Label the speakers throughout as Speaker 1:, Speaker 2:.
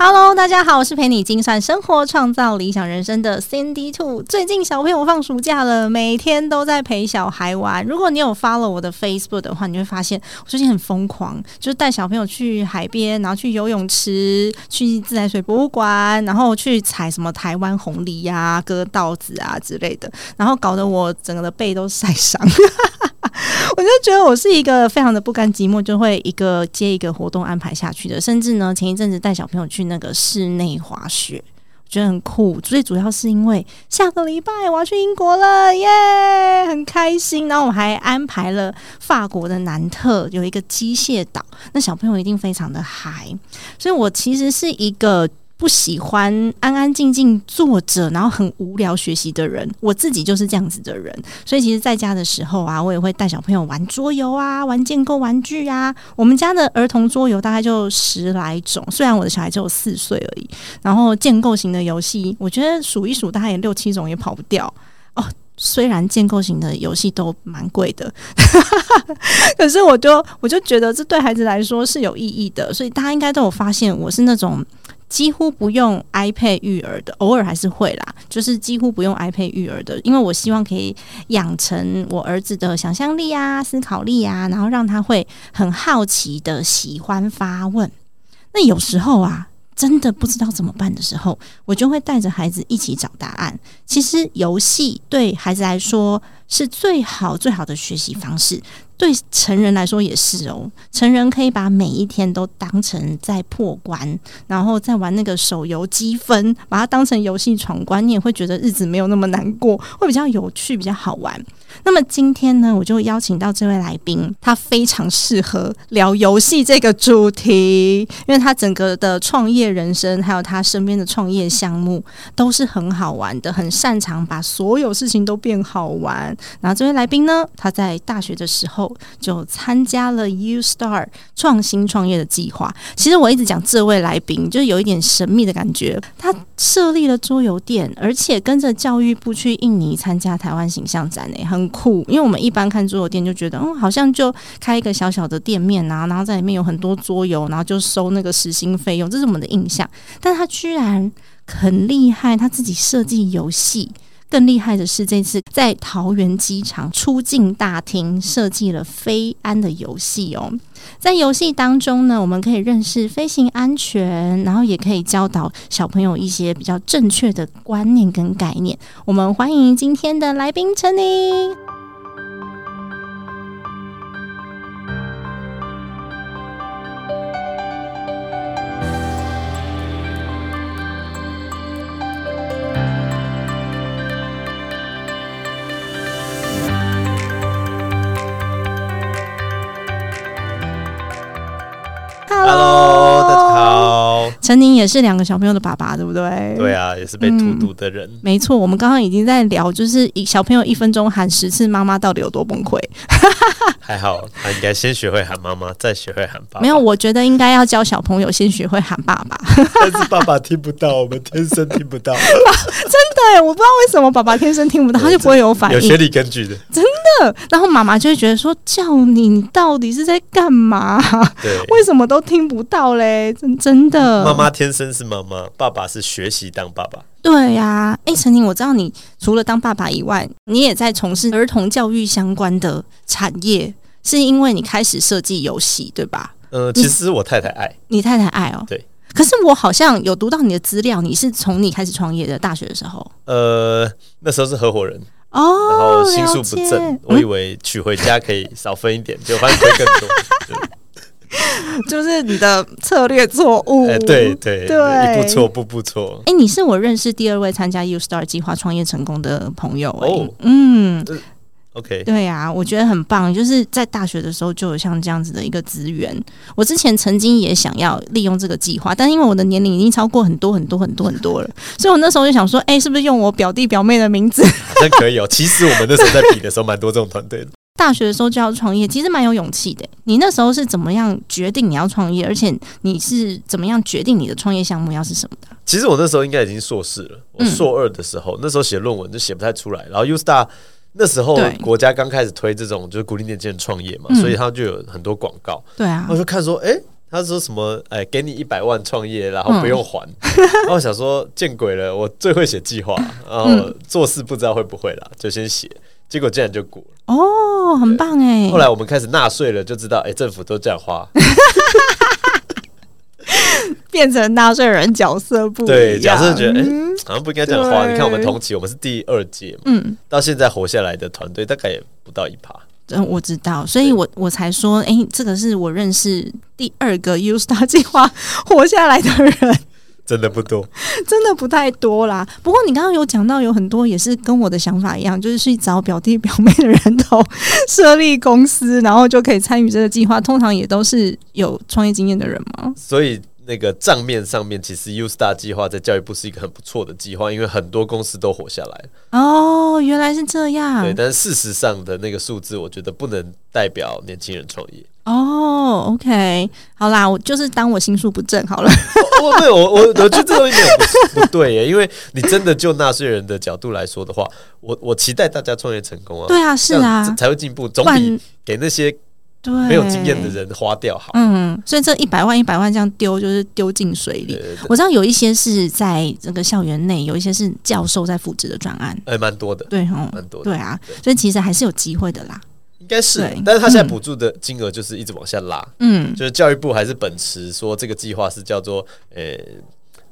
Speaker 1: Hello，大家好，我是陪你精算生活、创造理想人生的 Cindy Two。最近小朋友放暑假了，每天都在陪小孩玩。如果你有 follow 我的 Facebook 的话，你就会发现我最近很疯狂，就是带小朋友去海边，然后去游泳池，去自来水博物馆，然后去采什么台湾红梨呀、割稻子啊之类的，然后搞得我整个的背都晒伤。 我就觉得我是一个非常的不甘寂寞，就会一个接一个活动安排下去的。甚至呢，前一阵子带小朋友去那个室内滑雪，我觉得很酷。最主要是因为下个礼拜我要去英国了，耶，很开心。然后我还安排了法国的南特有一个机械岛，那小朋友一定非常的嗨。所以我其实是一个。不喜欢安安静静坐着，然后很无聊学习的人，我自己就是这样子的人。所以其实在家的时候啊，我也会带小朋友玩桌游啊，玩建构玩具啊。我们家的儿童桌游大概就十来种，虽然我的小孩只有四岁而已。然后建构型的游戏，我觉得数一数，大概也六七种也跑不掉哦。虽然建构型的游戏都蛮贵的，可是我就我就觉得这对孩子来说是有意义的，所以大家应该都有发现，我是那种几乎不用 iPad 育儿的，偶尔还是会啦，就是几乎不用 iPad 育儿的，因为我希望可以养成我儿子的想象力啊、思考力啊，然后让他会很好奇的喜欢发问。那有时候啊，真的不知道怎么办的时候，我就会带着孩子一起找答案。其实游戏对孩子来说是最好最好的学习方式，对成人来说也是哦。成人可以把每一天都当成在破关，然后再玩那个手游积分，把它当成游戏闯关，你也会觉得日子没有那么难过，会比较有趣，比较好玩。那么今天呢，我就邀请到这位来宾，他非常适合聊游戏这个主题，因为他整个的创业人生，还有他身边的创业项目，都是很好玩的，很擅长把所有事情都变好玩。然后这位来宾呢，他在大学的时候就参加了 U Star 创新创业的计划。其实我一直讲这位来宾，就是有一点神秘的感觉。他设立了桌游店，而且跟着教育部去印尼参加台湾形象展、欸，很酷。因为我们一般看桌游店就觉得，嗯，好像就开一个小小的店面啊，然后在里面有很多桌游，然后就收那个时薪费用，这是我们的印象。但他居然很厉害，他自己设计游戏。更厉害的是，这次在桃园机场出境大厅设计了飞安的游戏哦。在游戏当中呢，我们可以认识飞行安全，然后也可以教导小朋友一些比较正确的观念跟概念。我们欢迎今天的来宾陈宁。
Speaker 2: Hello，大家。好。
Speaker 1: 陈宁也是两个小朋友的爸爸，对不对？
Speaker 2: 对啊，也是被荼
Speaker 1: 嗯
Speaker 2: 毒的人。
Speaker 1: 没错，我们刚刚已经在聊，就是一小朋友一分钟喊十次妈妈到底有多崩溃。
Speaker 2: 还好，他应该先学会喊妈妈，再学会喊爸爸。
Speaker 1: 没有，，我觉得应该要教小朋友先学会喊爸爸。
Speaker 2: 但是爸爸听不到，我们天生听不到，
Speaker 1: 对，我不知道为什么爸爸天生听不到，他就不会有 反
Speaker 2: 有学
Speaker 1: 应。
Speaker 2: 理根据的。
Speaker 1: 然后妈妈就会觉得说：“叫你，你到底是在干 嘛？
Speaker 2: 对，
Speaker 1: 为什么都听不到嘞？”真真的，
Speaker 2: 妈妈天生是妈妈，爸爸是学习当爸爸。
Speaker 1: 对呀、哎、陈婷，我知道你除了当爸爸以外，你也在从事儿童教育相关的产业，是因为你开始设计游戏，对吧？
Speaker 2: 嗯，其实我太太爱，
Speaker 1: 你太太爱哦，
Speaker 2: 对。
Speaker 1: 可是我好像有读到你的资料，你是从你开始创业的，大学的时候
Speaker 2: 呃，那时候是合伙人，
Speaker 1: 哦，
Speaker 2: 然后心术不
Speaker 1: 了
Speaker 2: 正
Speaker 1: 解，
Speaker 2: 我以为娶回家可以少分一点，结果发现亏更多。
Speaker 1: 就是你的策略错误。
Speaker 2: 哎，对
Speaker 1: 嗯
Speaker 2: 对，
Speaker 1: 对
Speaker 2: 一步错，步步错。
Speaker 1: 哎、你是我认识第二位参加 U Star 计划创业成功的朋友、哎
Speaker 2: 哦
Speaker 1: 嗯，
Speaker 2: OK，
Speaker 3: 欸对啊，我觉得很棒，就是在大学的时候就有像这样子的一个资源。我之前曾经也想要利用这个计划，但因为我的年龄已经超过很多很多很多很多了，所以我那时候就想说，哎、是不是用我表弟表妹的名字？
Speaker 2: 好像可以哦。其实我们那时候在比的时候，蛮多这种团队的。
Speaker 3: 大学的时候就要创业，其实蛮有勇气的。你那时候是怎么样决定你要创业，而且你是怎么样决定你的创业项目要是什么的？
Speaker 2: 其实我那时候应该已经硕士了，我
Speaker 3: 嗯
Speaker 2: 硕二的时候，那时候写论文就写不太出来。然后 U Star 那时候
Speaker 3: 对
Speaker 2: 国家刚开始推这种就是鼓励年轻人创业嘛，
Speaker 3: 嗯
Speaker 2: 所以他就有很多广告。
Speaker 3: 对啊
Speaker 2: 然后，我就看说，哎、他说什么？哎、给你一百万创业，然
Speaker 3: 嗯
Speaker 2: 后不用 还。然后我想说，见鬼了，我最会写计划，然
Speaker 3: 嗯
Speaker 2: 后做事不知道会不会啦，就先写。结果竟然就过了。
Speaker 3: 哦，很棒哎
Speaker 2: 后。来我们开始纳税了，就知道，哎、政府都这样花，
Speaker 3: 变成纳税人角色不一样。
Speaker 2: 对，假设觉得，哎、好像不应该这样花。
Speaker 3: 嗯对
Speaker 2: 你看我们同期，我们是第二届嘛，
Speaker 3: 嗯，
Speaker 2: 到现在活下来的团队大概也不到一趴。
Speaker 3: 嗯，我知道，所以我我才说，哎、这个是我认识第二个 U Star 计划活下来的人，
Speaker 2: 真的不多，
Speaker 3: 真的不太多啦。不过你刚刚有讲到，有很多也是跟我的想法一样，就是去找表弟表妹的人头设立公司，然后就可以参与这个计划。通常也都是有创业经验的人嘛。
Speaker 2: 所以那个账面上面，其实 U Star 计划在教育部是一个很不错的计划，因为很多公司都活下来了。
Speaker 3: 哦，原来是这
Speaker 2: 对，
Speaker 3: 样。
Speaker 2: 但是事实上的那个数字，我觉得不能代表年轻人创业。
Speaker 3: 哦，OK，好啦，我就是当我心术不正好了。
Speaker 2: 我哦我没有，我我我觉得这东西没有不不对耶，因为你真的就纳税人的角度来说的话，我我期待大家创业成功啊，
Speaker 3: 对啊，是
Speaker 2: 这样子
Speaker 3: 啊，
Speaker 2: 才会进步，总
Speaker 3: 不然
Speaker 2: 比给那些
Speaker 3: 对，
Speaker 2: 没有经验的人花掉好。
Speaker 3: 嗯，所以这一百万一百万这样丢，就是丢进水
Speaker 2: 对
Speaker 3: 里。
Speaker 2: 对对，
Speaker 3: 我知道有一些是在这个校园内，有一些是教授在复制的专案，
Speaker 2: 还呃蛮多的，
Speaker 3: 对哦，
Speaker 2: 蛮多的
Speaker 3: 对，啊，所以其实还是有机会的啦。
Speaker 2: 应该是
Speaker 3: 对，
Speaker 2: 但是他现在补助的金额就是一直往下拉，
Speaker 3: 嗯，
Speaker 2: 就是教育部还是秉持说这个计划是叫做呃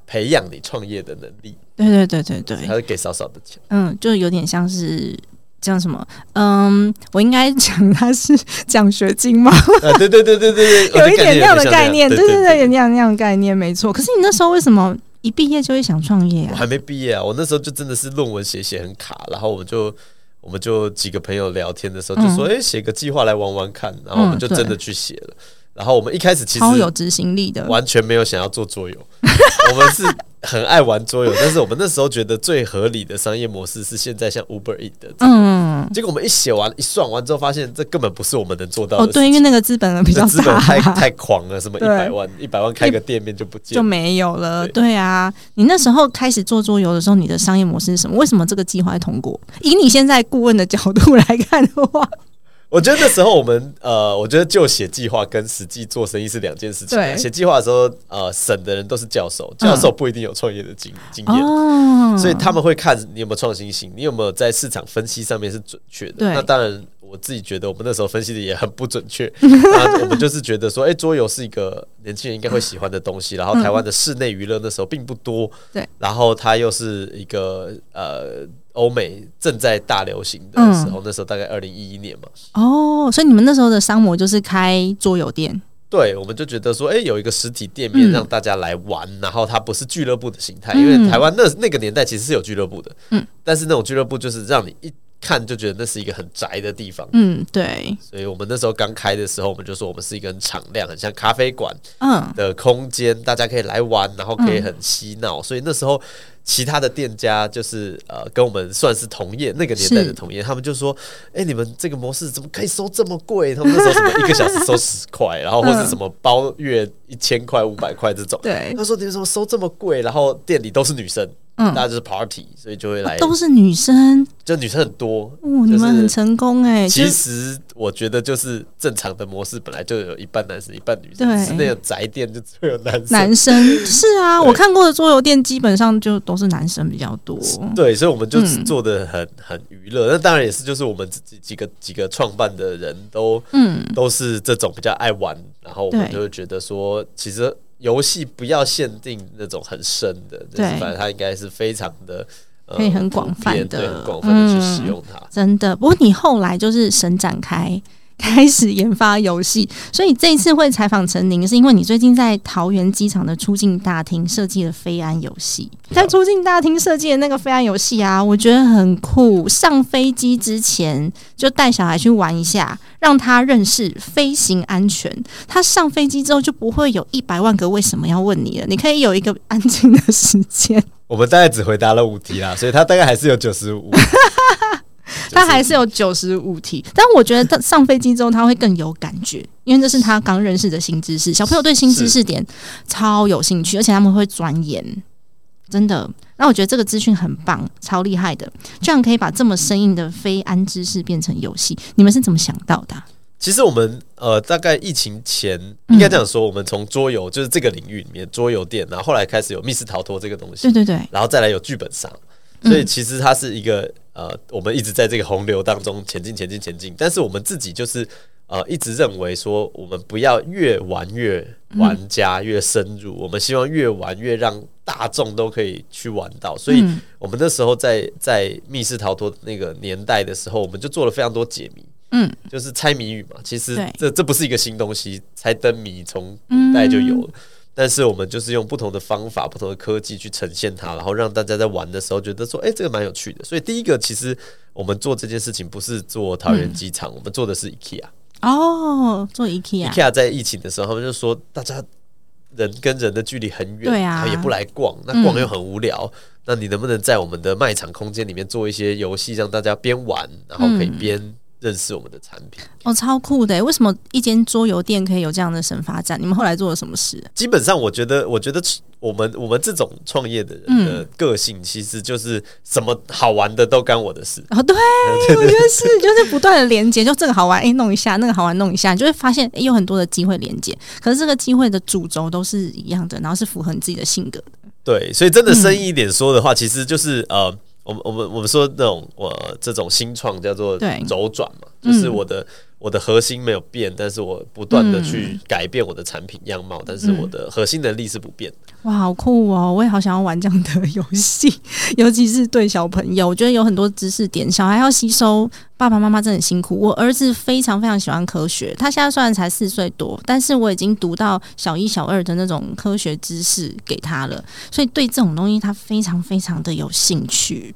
Speaker 2: 培养你创业的能力，
Speaker 3: 对对对对对
Speaker 2: 他，会给少少的钱，
Speaker 3: 嗯，就有点像是叫什么，嗯，我应该讲它是奖学金 吗？
Speaker 2: 呃，对对对对 对对，
Speaker 3: 有一点那样的
Speaker 2: 我
Speaker 3: 概念，
Speaker 2: 对
Speaker 3: 对对对，有
Speaker 2: 对。
Speaker 3: 那样那样的概念，没错。可是你那时候为什么一毕业就会想创业
Speaker 2: 我
Speaker 3: 啊？
Speaker 2: 还没毕业啊，我那时候就真的是论文写写很卡，然后我们就我们就几个朋友聊天的时候就说，哎、写个计划来玩玩看，然后我们就
Speaker 3: 嗯嗯对
Speaker 2: 真的去写了。然后我们一开始其实
Speaker 3: 超有执行力的，
Speaker 2: 完全没有想要做 桌游，我们是很爱玩桌游，但是我们那时候觉得最合理的商业模式是现在像 Uber Eat 的。
Speaker 3: 嗯，
Speaker 2: 结果我们一写完一算完之后，发现这根本不是我们能做到的
Speaker 3: 哦，
Speaker 2: 事情。
Speaker 3: 对，因为那个资本额比较
Speaker 2: 这
Speaker 3: 大，
Speaker 2: 呃资本太 太狂了，什么一
Speaker 3: 对
Speaker 2: 百万，一百万开个店面就不见
Speaker 3: 就
Speaker 2: 了。
Speaker 3: 没有了。
Speaker 2: 对
Speaker 3: 对啊，你那时候开始做桌游的时候，你的商业模式是什么？为什么这个计划会通过？以你现在顾问的角度来看的话，
Speaker 2: 我觉得那时候我们呃，我觉得就写计划跟实际做生意是两件事情啊。
Speaker 3: 对嗯
Speaker 2: 写计划的时候，呃，审的人都是教授，教授不一定有创业的经经验。
Speaker 3: 哦，
Speaker 2: 所以他们会看你有没有创新性，你有没有在市场分析上面是准确的。
Speaker 3: 对
Speaker 2: 那当然，我自己觉得我们那时候分析的也很不准 确。那我们就是觉得说，哎、桌游是一个年轻人应该会喜欢的东西，然后台湾的室内娱乐那时候并不多，
Speaker 3: 嗯对，
Speaker 2: 然后它又是一个呃欧美正在大流行的时
Speaker 3: 嗯
Speaker 2: 候，那时候大概二零一一年嘛，
Speaker 3: 哦，所以你们那时候的商模就是开桌游店，
Speaker 2: 对，我们就觉得说，哎、有一个实体店面
Speaker 3: 嗯
Speaker 2: 让大家来玩，然后它不是俱乐部的形态，
Speaker 3: 嗯
Speaker 2: 因为台湾那那个年代其实是有俱乐部的，
Speaker 3: 嗯，
Speaker 2: 但是那种俱乐部就是让你一看就觉得那是一个很宅的地方，
Speaker 3: 嗯，对，
Speaker 2: 所以我们那时候刚开的时候，我们就说我们是一个很敞亮、很像咖啡馆
Speaker 3: 嗯，
Speaker 2: 的空间，大家可以来玩，然后可以很嬉闹，所以那时
Speaker 3: 嗯
Speaker 2: 候。其他的店家就是呃，跟我们算是同业那个年代
Speaker 3: 是
Speaker 2: 的同业，他们就说：“哎、你们这个模式怎么可以收这么贵？”他们那时候什么一个小时收十块，然后或者什么包月一千块、五百块这种。
Speaker 3: 对
Speaker 2: 他说：“你们怎么收这么贵？”然后店里都是女生，
Speaker 3: 嗯啊
Speaker 2: 大家就是 party，所以就会来，
Speaker 3: 都是女生，
Speaker 2: 就女生很多。
Speaker 3: 哦，
Speaker 2: 就
Speaker 3: 你们很
Speaker 2: 是
Speaker 3: 成功哎，就
Speaker 2: 其
Speaker 3: 是
Speaker 2: 实我觉得就是正常的模式，本来就有一半男生一半女生，
Speaker 3: 对
Speaker 2: 只是那个宅店就只有男生。
Speaker 3: 男 生是啊，
Speaker 2: 对
Speaker 3: 我看过的桌游店基本上就都是男生比较多，
Speaker 2: 对，所以我们就
Speaker 3: 嗯
Speaker 2: 做的很、很娱乐。那当然也是，就是我们自己几个几个创办的人都
Speaker 3: 嗯，
Speaker 2: 都是这种比较爱玩，然后我们
Speaker 3: 对
Speaker 2: 就会觉得说，其实游戏不要限定那种很深的，就是
Speaker 3: 对
Speaker 2: 反正它应该是非常的。呃
Speaker 3: 可以很广
Speaker 2: 普遍
Speaker 3: 泛的
Speaker 2: 对很广泛的去
Speaker 3: 嗯
Speaker 2: 使用它。
Speaker 3: 真的。不过你后来就是神展开， 开始研发游戏。所以这一次会采访陈宁，是因为你最近在桃园机场的出境大厅设计了飞安游戏。在出境大厅设计的那个飞安游戏啊，我觉得很酷。上飞机之前就带小孩去玩一下，让他认识飞行安全。他上飞机之后就不会有一百万个为什么要问你了。你可以有一个安静的时间。
Speaker 2: 我们大概只回答了五题啦，所以他大概还是有九 十五。
Speaker 3: 他还是有九十五题，但我觉得他上飞机之后他会更有感觉，因为这是他刚认识的新知识。小朋友对新知识点超有兴趣，而且他们会钻研，真的。那我觉得这个资讯很棒，超厉害的，居然可以把这么生硬的非安知识变成游戏，你们是怎么想到的啊、
Speaker 2: 其实我们呃，大概疫情前
Speaker 3: 嗯
Speaker 2: 应该这样说，我们从桌游就是这个领域里面桌游店，然后后来开始有密室逃脱这个东西
Speaker 3: 对，对对，
Speaker 2: 然后再来有剧本杀，所以其实它是一个呃，我们一直在这个洪流当中前进、前进、前进。但是我们自己就是呃，一直认为说，我们不要越玩越玩家越深入，我们希望越玩越让大众都可以去玩到。所以
Speaker 3: 嗯
Speaker 2: 我们那时候在在密室逃脱那个年代的时候，我们就做了非常多解谜。
Speaker 3: 嗯，
Speaker 2: 就是猜谜语嘛，其实
Speaker 3: 对
Speaker 2: 这这不是一个新东西，猜灯谜从古代就有了。
Speaker 3: 嗯
Speaker 2: 但是我们就是用不同的方法、不同的科技去呈现它，然后让大家在玩的时候觉得说，哎、这个蛮有趣的。所以第一个，其实我们做这件事情不是做桃
Speaker 3: 嗯
Speaker 2: 园机场，我们做的是 IKEA。
Speaker 3: 哦，做 IKEA，
Speaker 2: IKEA 在疫情的时候，他们就说大家人跟人的距离很远，
Speaker 3: 对啊嗯
Speaker 2: 然后也不来逛，那逛又很无聊。那你能不能在我们的卖场空间里面做一些游戏，让大家边玩，然后可
Speaker 3: 嗯
Speaker 2: 以边认识我们的产品？
Speaker 3: 哦，超酷的！为什么一间桌游店可以有这样的神发展？你们后来做了什么事？
Speaker 2: 基本上，我觉得，我觉得我们我们这种创业的人的个性，其实就是什么好玩的都干我的事。
Speaker 3: 哦，对，我觉得是，就是不断的连接，就这个好玩，哎、弄一下，那个好玩，弄一下，你就会发现、哎有很多的机会连接。可是这个机会的主轴都是一样的，然后是符合你自己的性格的。
Speaker 2: 对，所以真的深意一点说的话，其实就是呃，我们我们我们说那种呃这种新创叫做
Speaker 3: 对
Speaker 2: 周转嘛，就是我的、我的核心没有变，但是我不断的去改变我的产品样貌，但是我的核心能力是不变的。
Speaker 3: 哇，好酷哦！我也好想要玩这样的游戏， 尤其是对小朋友，我觉得有很多知识点，小孩要吸收，爸爸妈妈真的很辛苦。我儿子非常非常喜欢科学，他现在虽然才四岁多，但是我已经读到小一、小二的那种科学知识给他了，所以对这种东西他非常非常的有兴趣。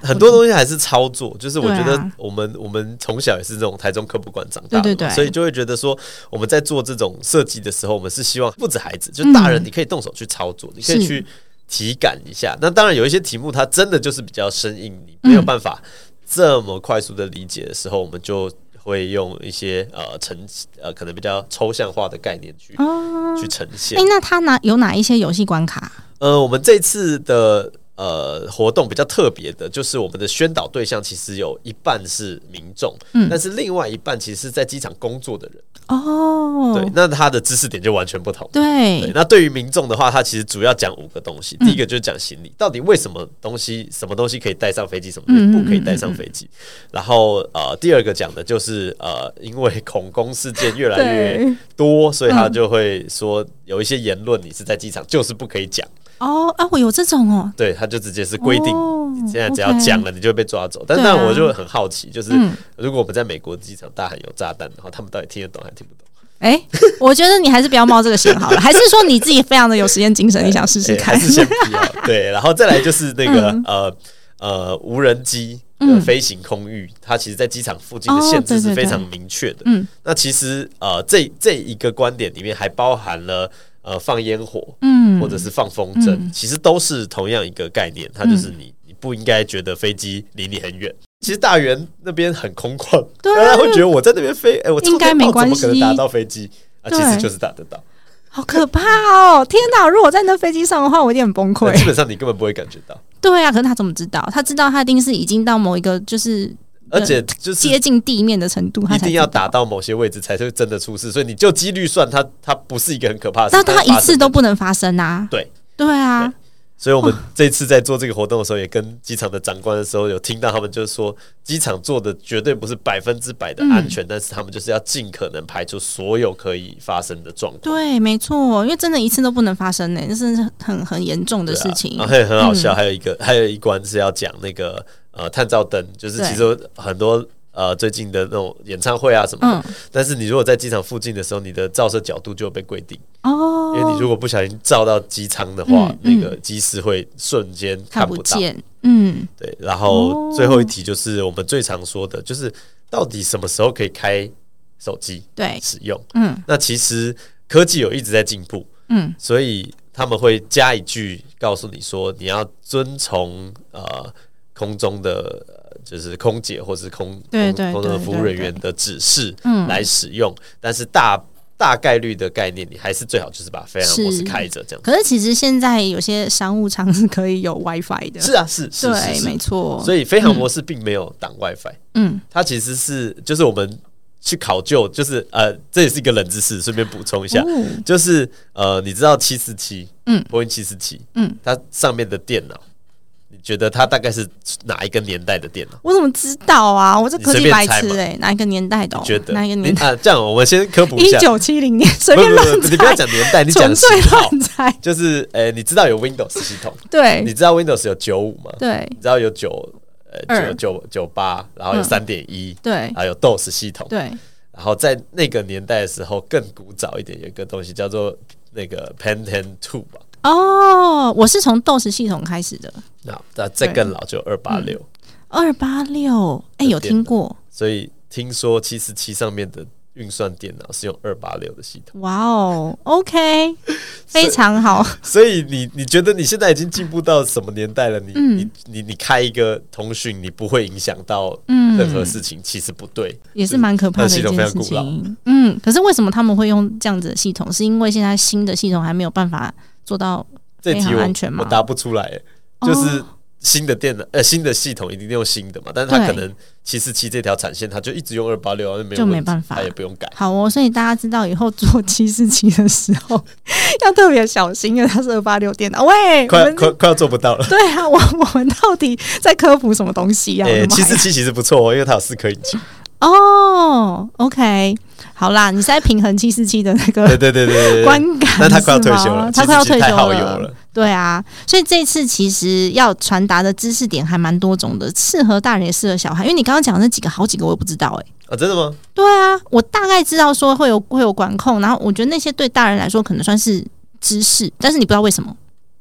Speaker 2: 很多东西还是操作，就是我
Speaker 3: 对
Speaker 2: 觉
Speaker 3: 啊
Speaker 2: 得我们、我们从小也是这种台中科普馆长大的嘛，
Speaker 3: 对对对
Speaker 2: 所以就会觉得说我们在做这种设计的时候，我们是希望不止孩子，就大人
Speaker 3: 嗯
Speaker 2: 你可以动手去操作，你可
Speaker 3: 是
Speaker 2: 以去体感一下。那当然有一些题目它真的就是比较生硬，你
Speaker 3: 嗯
Speaker 2: 没有办法这么快速的理解的时候，我们就会用一些呃呈呃可能比较抽象化的概念去、
Speaker 3: 哦
Speaker 2: 去呈现
Speaker 3: 哎、。那他哪有哪一些游戏关卡？
Speaker 2: 呃，我们这次的呃活动比较特别的，就是我们的宣导对象其实有一半是民众，
Speaker 3: 嗯
Speaker 2: 但是另外一半其实是在机场工作的人。
Speaker 3: 哦，
Speaker 2: 对，那他的知识点就完全不同。对，
Speaker 3: 对，
Speaker 2: 那对于民众的话，他其实主要讲五个东
Speaker 3: 嗯
Speaker 2: 西。第一个就是讲行李，到底为什么东西什么东西可以带上飞机，什么东
Speaker 3: 嗯
Speaker 2: 西
Speaker 3: 嗯
Speaker 2: 不可以带上飞机。然后呃，第二个讲的就是呃，因为恐攻事件越来
Speaker 3: 对嗯
Speaker 2: 越多，所以他就会说有一些言论你是在机场就是不可以讲。
Speaker 3: 哦啊，我有这种哦，
Speaker 2: 对，他就直接是规定，
Speaker 3: 哦
Speaker 2: 你现在只要讲了，你就会被抓走。但
Speaker 3: 对啊
Speaker 2: 但我就很好奇，就是
Speaker 3: 嗯
Speaker 2: 如果我们在美国机场大喊有炸弹，然后他们到底听得懂还听不懂？
Speaker 3: 哎、 我觉得你还是不要冒这个险好了，还是说你自己非常的有实验精神，你想试试
Speaker 2: 哎
Speaker 3: 看？
Speaker 2: 还是先不 要。对，然后再来就是那个
Speaker 3: 嗯
Speaker 2: 呃呃无人机的飞行空域，它其实在机场附近的限
Speaker 3: 哦对
Speaker 2: 制
Speaker 3: 对
Speaker 2: 是非
Speaker 3: 对
Speaker 2: 常明确的。
Speaker 3: 嗯
Speaker 2: 那其实呃这这一个观点里面还包含了呃放烟火，
Speaker 3: 嗯
Speaker 2: 或者是放风筝，其实都是同样一个概念，它就是
Speaker 3: 嗯
Speaker 2: 你、你不应该觉得飞机离你很远。其实大园那边很空旷，
Speaker 3: 对啊
Speaker 2: 大家会觉得我在那边飞，哎、我
Speaker 3: 应该
Speaker 2: 冲天
Speaker 3: 没
Speaker 2: 炮
Speaker 3: 关
Speaker 2: 怎么可能
Speaker 3: 系
Speaker 2: 打到飞机啊？
Speaker 3: 对
Speaker 2: 其实就是打得到，
Speaker 3: 好可怕哦！天哪，如果在那飞机上的话，我有点崩
Speaker 2: 那哎基
Speaker 3: 溃。
Speaker 2: 本上你根本不会感觉到，
Speaker 3: 对啊，可是他怎么知道？他知道他一定是已经到某一个就是
Speaker 2: 而且就是
Speaker 3: 接近地面的程度，他
Speaker 2: 一
Speaker 3: 才
Speaker 2: 定要
Speaker 3: 知道
Speaker 2: 打。到某些位置才是真的出事，所以你就几率算它，它不是一个很可怕的事。
Speaker 3: 那他
Speaker 2: 但是
Speaker 3: 一
Speaker 2: 发生
Speaker 3: 次
Speaker 2: 的
Speaker 3: 都不能发生啊！
Speaker 2: 对。
Speaker 3: 对啊，
Speaker 2: 所以我们这次在做这个活动的时候，也跟机场的长官的时候，有听到他们就是说，机场做的绝对不是百分之百的安全，但是他们就是要尽可能排除所有可以发生的状况。
Speaker 3: 对，没错，因为真的一次都不能发生呢、这真是很很严重的
Speaker 2: 对啊
Speaker 3: 事情。
Speaker 2: 然后也很好笑，还有一个还有一关是要讲那个呃探照灯，就是
Speaker 3: 对
Speaker 2: 其实很多呃最近的那种演唱会啊什
Speaker 3: 嗯
Speaker 2: 么的。但是你如果在机场附近的时候，你的照射角度就有被规定，
Speaker 3: 哦，
Speaker 2: 因为你如果不小心照到机舱的话，
Speaker 3: 嗯嗯
Speaker 2: 那个机师会瞬间
Speaker 3: 看
Speaker 2: 看不到。
Speaker 3: 见，嗯，
Speaker 2: 对，然后
Speaker 3: 哦
Speaker 2: 最后一题就是我们最常说的，就是到底什么时候可以开手机
Speaker 3: 对，
Speaker 2: 使用？
Speaker 3: 嗯
Speaker 2: 那其实科技有一直在进步，
Speaker 3: 嗯，
Speaker 2: 所以他们会加一句告诉你说，你要遵从呃空中的。呃就是空姐或是空
Speaker 3: 对
Speaker 2: 空
Speaker 3: 对
Speaker 2: 空中的
Speaker 3: 对
Speaker 2: 服
Speaker 3: 对
Speaker 2: 务人
Speaker 3: 对
Speaker 2: 员的指示
Speaker 3: 嗯
Speaker 2: 来使用，但是大大概率的概念，你还是最好就是把飞行模式
Speaker 3: 是
Speaker 2: 开着这样子。
Speaker 3: 可是其实现在有些商务舱是可以有 WiFi 的，
Speaker 2: 是啊，是是是
Speaker 3: 对，
Speaker 2: 是
Speaker 3: 没错，
Speaker 2: 所以飞行模式并没有挡 WiFi，
Speaker 3: 嗯，
Speaker 2: 它其实是就是我们去考究，就是呃，这也是一个冷知识，顺便补充一下，
Speaker 3: 哦
Speaker 2: 就是啊呃，你知道七四七，
Speaker 3: 嗯
Speaker 2: 波音七四七，
Speaker 3: 嗯，
Speaker 2: 它上面的电脑，你觉得它大概是哪一个年代的电脑？
Speaker 3: 我怎么知道啊？我这
Speaker 2: 你
Speaker 3: 科技
Speaker 2: 随便
Speaker 3: 白
Speaker 2: 猜
Speaker 3: 痴
Speaker 2: 嘛
Speaker 3: 哎、哪一个年代的、哦？
Speaker 2: 你觉得
Speaker 3: 哪一个
Speaker 2: 你
Speaker 3: 年代？
Speaker 2: 啊？这样我们先科普一
Speaker 3: 一
Speaker 2: 下，
Speaker 3: 九七零年，随
Speaker 2: 不
Speaker 3: 便
Speaker 2: 不
Speaker 3: 乱猜，
Speaker 2: 不，你不要讲年代，你讲
Speaker 3: 纯
Speaker 2: 型
Speaker 3: 粹
Speaker 2: 号，
Speaker 3: 乱猜。
Speaker 2: 就是呃，你知道有 Windows 系统，你
Speaker 3: 对
Speaker 2: 知道 Windows 有九五吗？
Speaker 3: 对
Speaker 2: 你知道有九
Speaker 3: 二
Speaker 2: 呃九九九八，然后有
Speaker 3: 嗯
Speaker 2: 三点一，
Speaker 3: 对
Speaker 2: 还有 DOS 系统，
Speaker 3: 对，
Speaker 2: 然后在那个年代的时候，更古早一点，有一个东西叫做那个 Pentium Two 吧，
Speaker 3: 哦，我是从 DOS 系统开始的，
Speaker 2: 那那再更老就二八六，
Speaker 3: 嗯二八六，哎，有听过？
Speaker 2: 所以听说七四七上面的运算电脑是用二八六的系统，
Speaker 3: 哇哦，OK，非常好，
Speaker 2: 所以你你觉得你现在已经进步到什么年代了？你、
Speaker 3: 嗯
Speaker 2: 你你你开一个通讯，你不会影响到
Speaker 3: 嗯
Speaker 2: 任何事情，其实不对，
Speaker 3: 也是蛮可怕的一件事
Speaker 2: 那系统非常
Speaker 3: 情。嗯，可是为什么他们会用这样子的系统？是因为现在新的系统还没有办法做到
Speaker 2: 这
Speaker 3: 非
Speaker 2: 题
Speaker 3: 常
Speaker 2: 我
Speaker 3: 安全哦吗
Speaker 2: 我答不出来，就是新的电脑呃新的系统一定用新的嘛，但是它
Speaker 3: 对
Speaker 2: 可能七四七这条产线它就一直用二八六，那没有
Speaker 3: 就没
Speaker 2: 问题
Speaker 3: 办法
Speaker 2: 它也不用改。
Speaker 3: 好哦，所以大家知道以后做七四七的时候要特别小心，因为它是二八六电脑。喂，哎我
Speaker 2: 快
Speaker 3: 们
Speaker 2: 快快要做不到了。
Speaker 3: 对啊，我我们到底在科普什么东西呀、啊？我
Speaker 2: 诶、
Speaker 3: 们
Speaker 2: 七
Speaker 3: 还
Speaker 2: 四七其实不错哦，因为它有四颗 引擎。
Speaker 3: 哦，OK，好啦，你是在平衡七四七的那
Speaker 2: 对
Speaker 3: 个
Speaker 2: 对对对对对
Speaker 3: 观感是吗，
Speaker 2: 呃那他快要退休了
Speaker 3: 他快要退
Speaker 2: 747
Speaker 3: 休
Speaker 2: 太耗油了
Speaker 3: 对啊，所以这次其实要传达的知识点还蛮多种的，适合大人也适合小孩。因为你刚刚讲的那几个，好几个我也不知道哎、
Speaker 2: 啊，真的吗？
Speaker 3: 对啊，我大概知道说会有会有管控，然后我觉得那些对大人来说可能算是知识，但是你不知道为什么。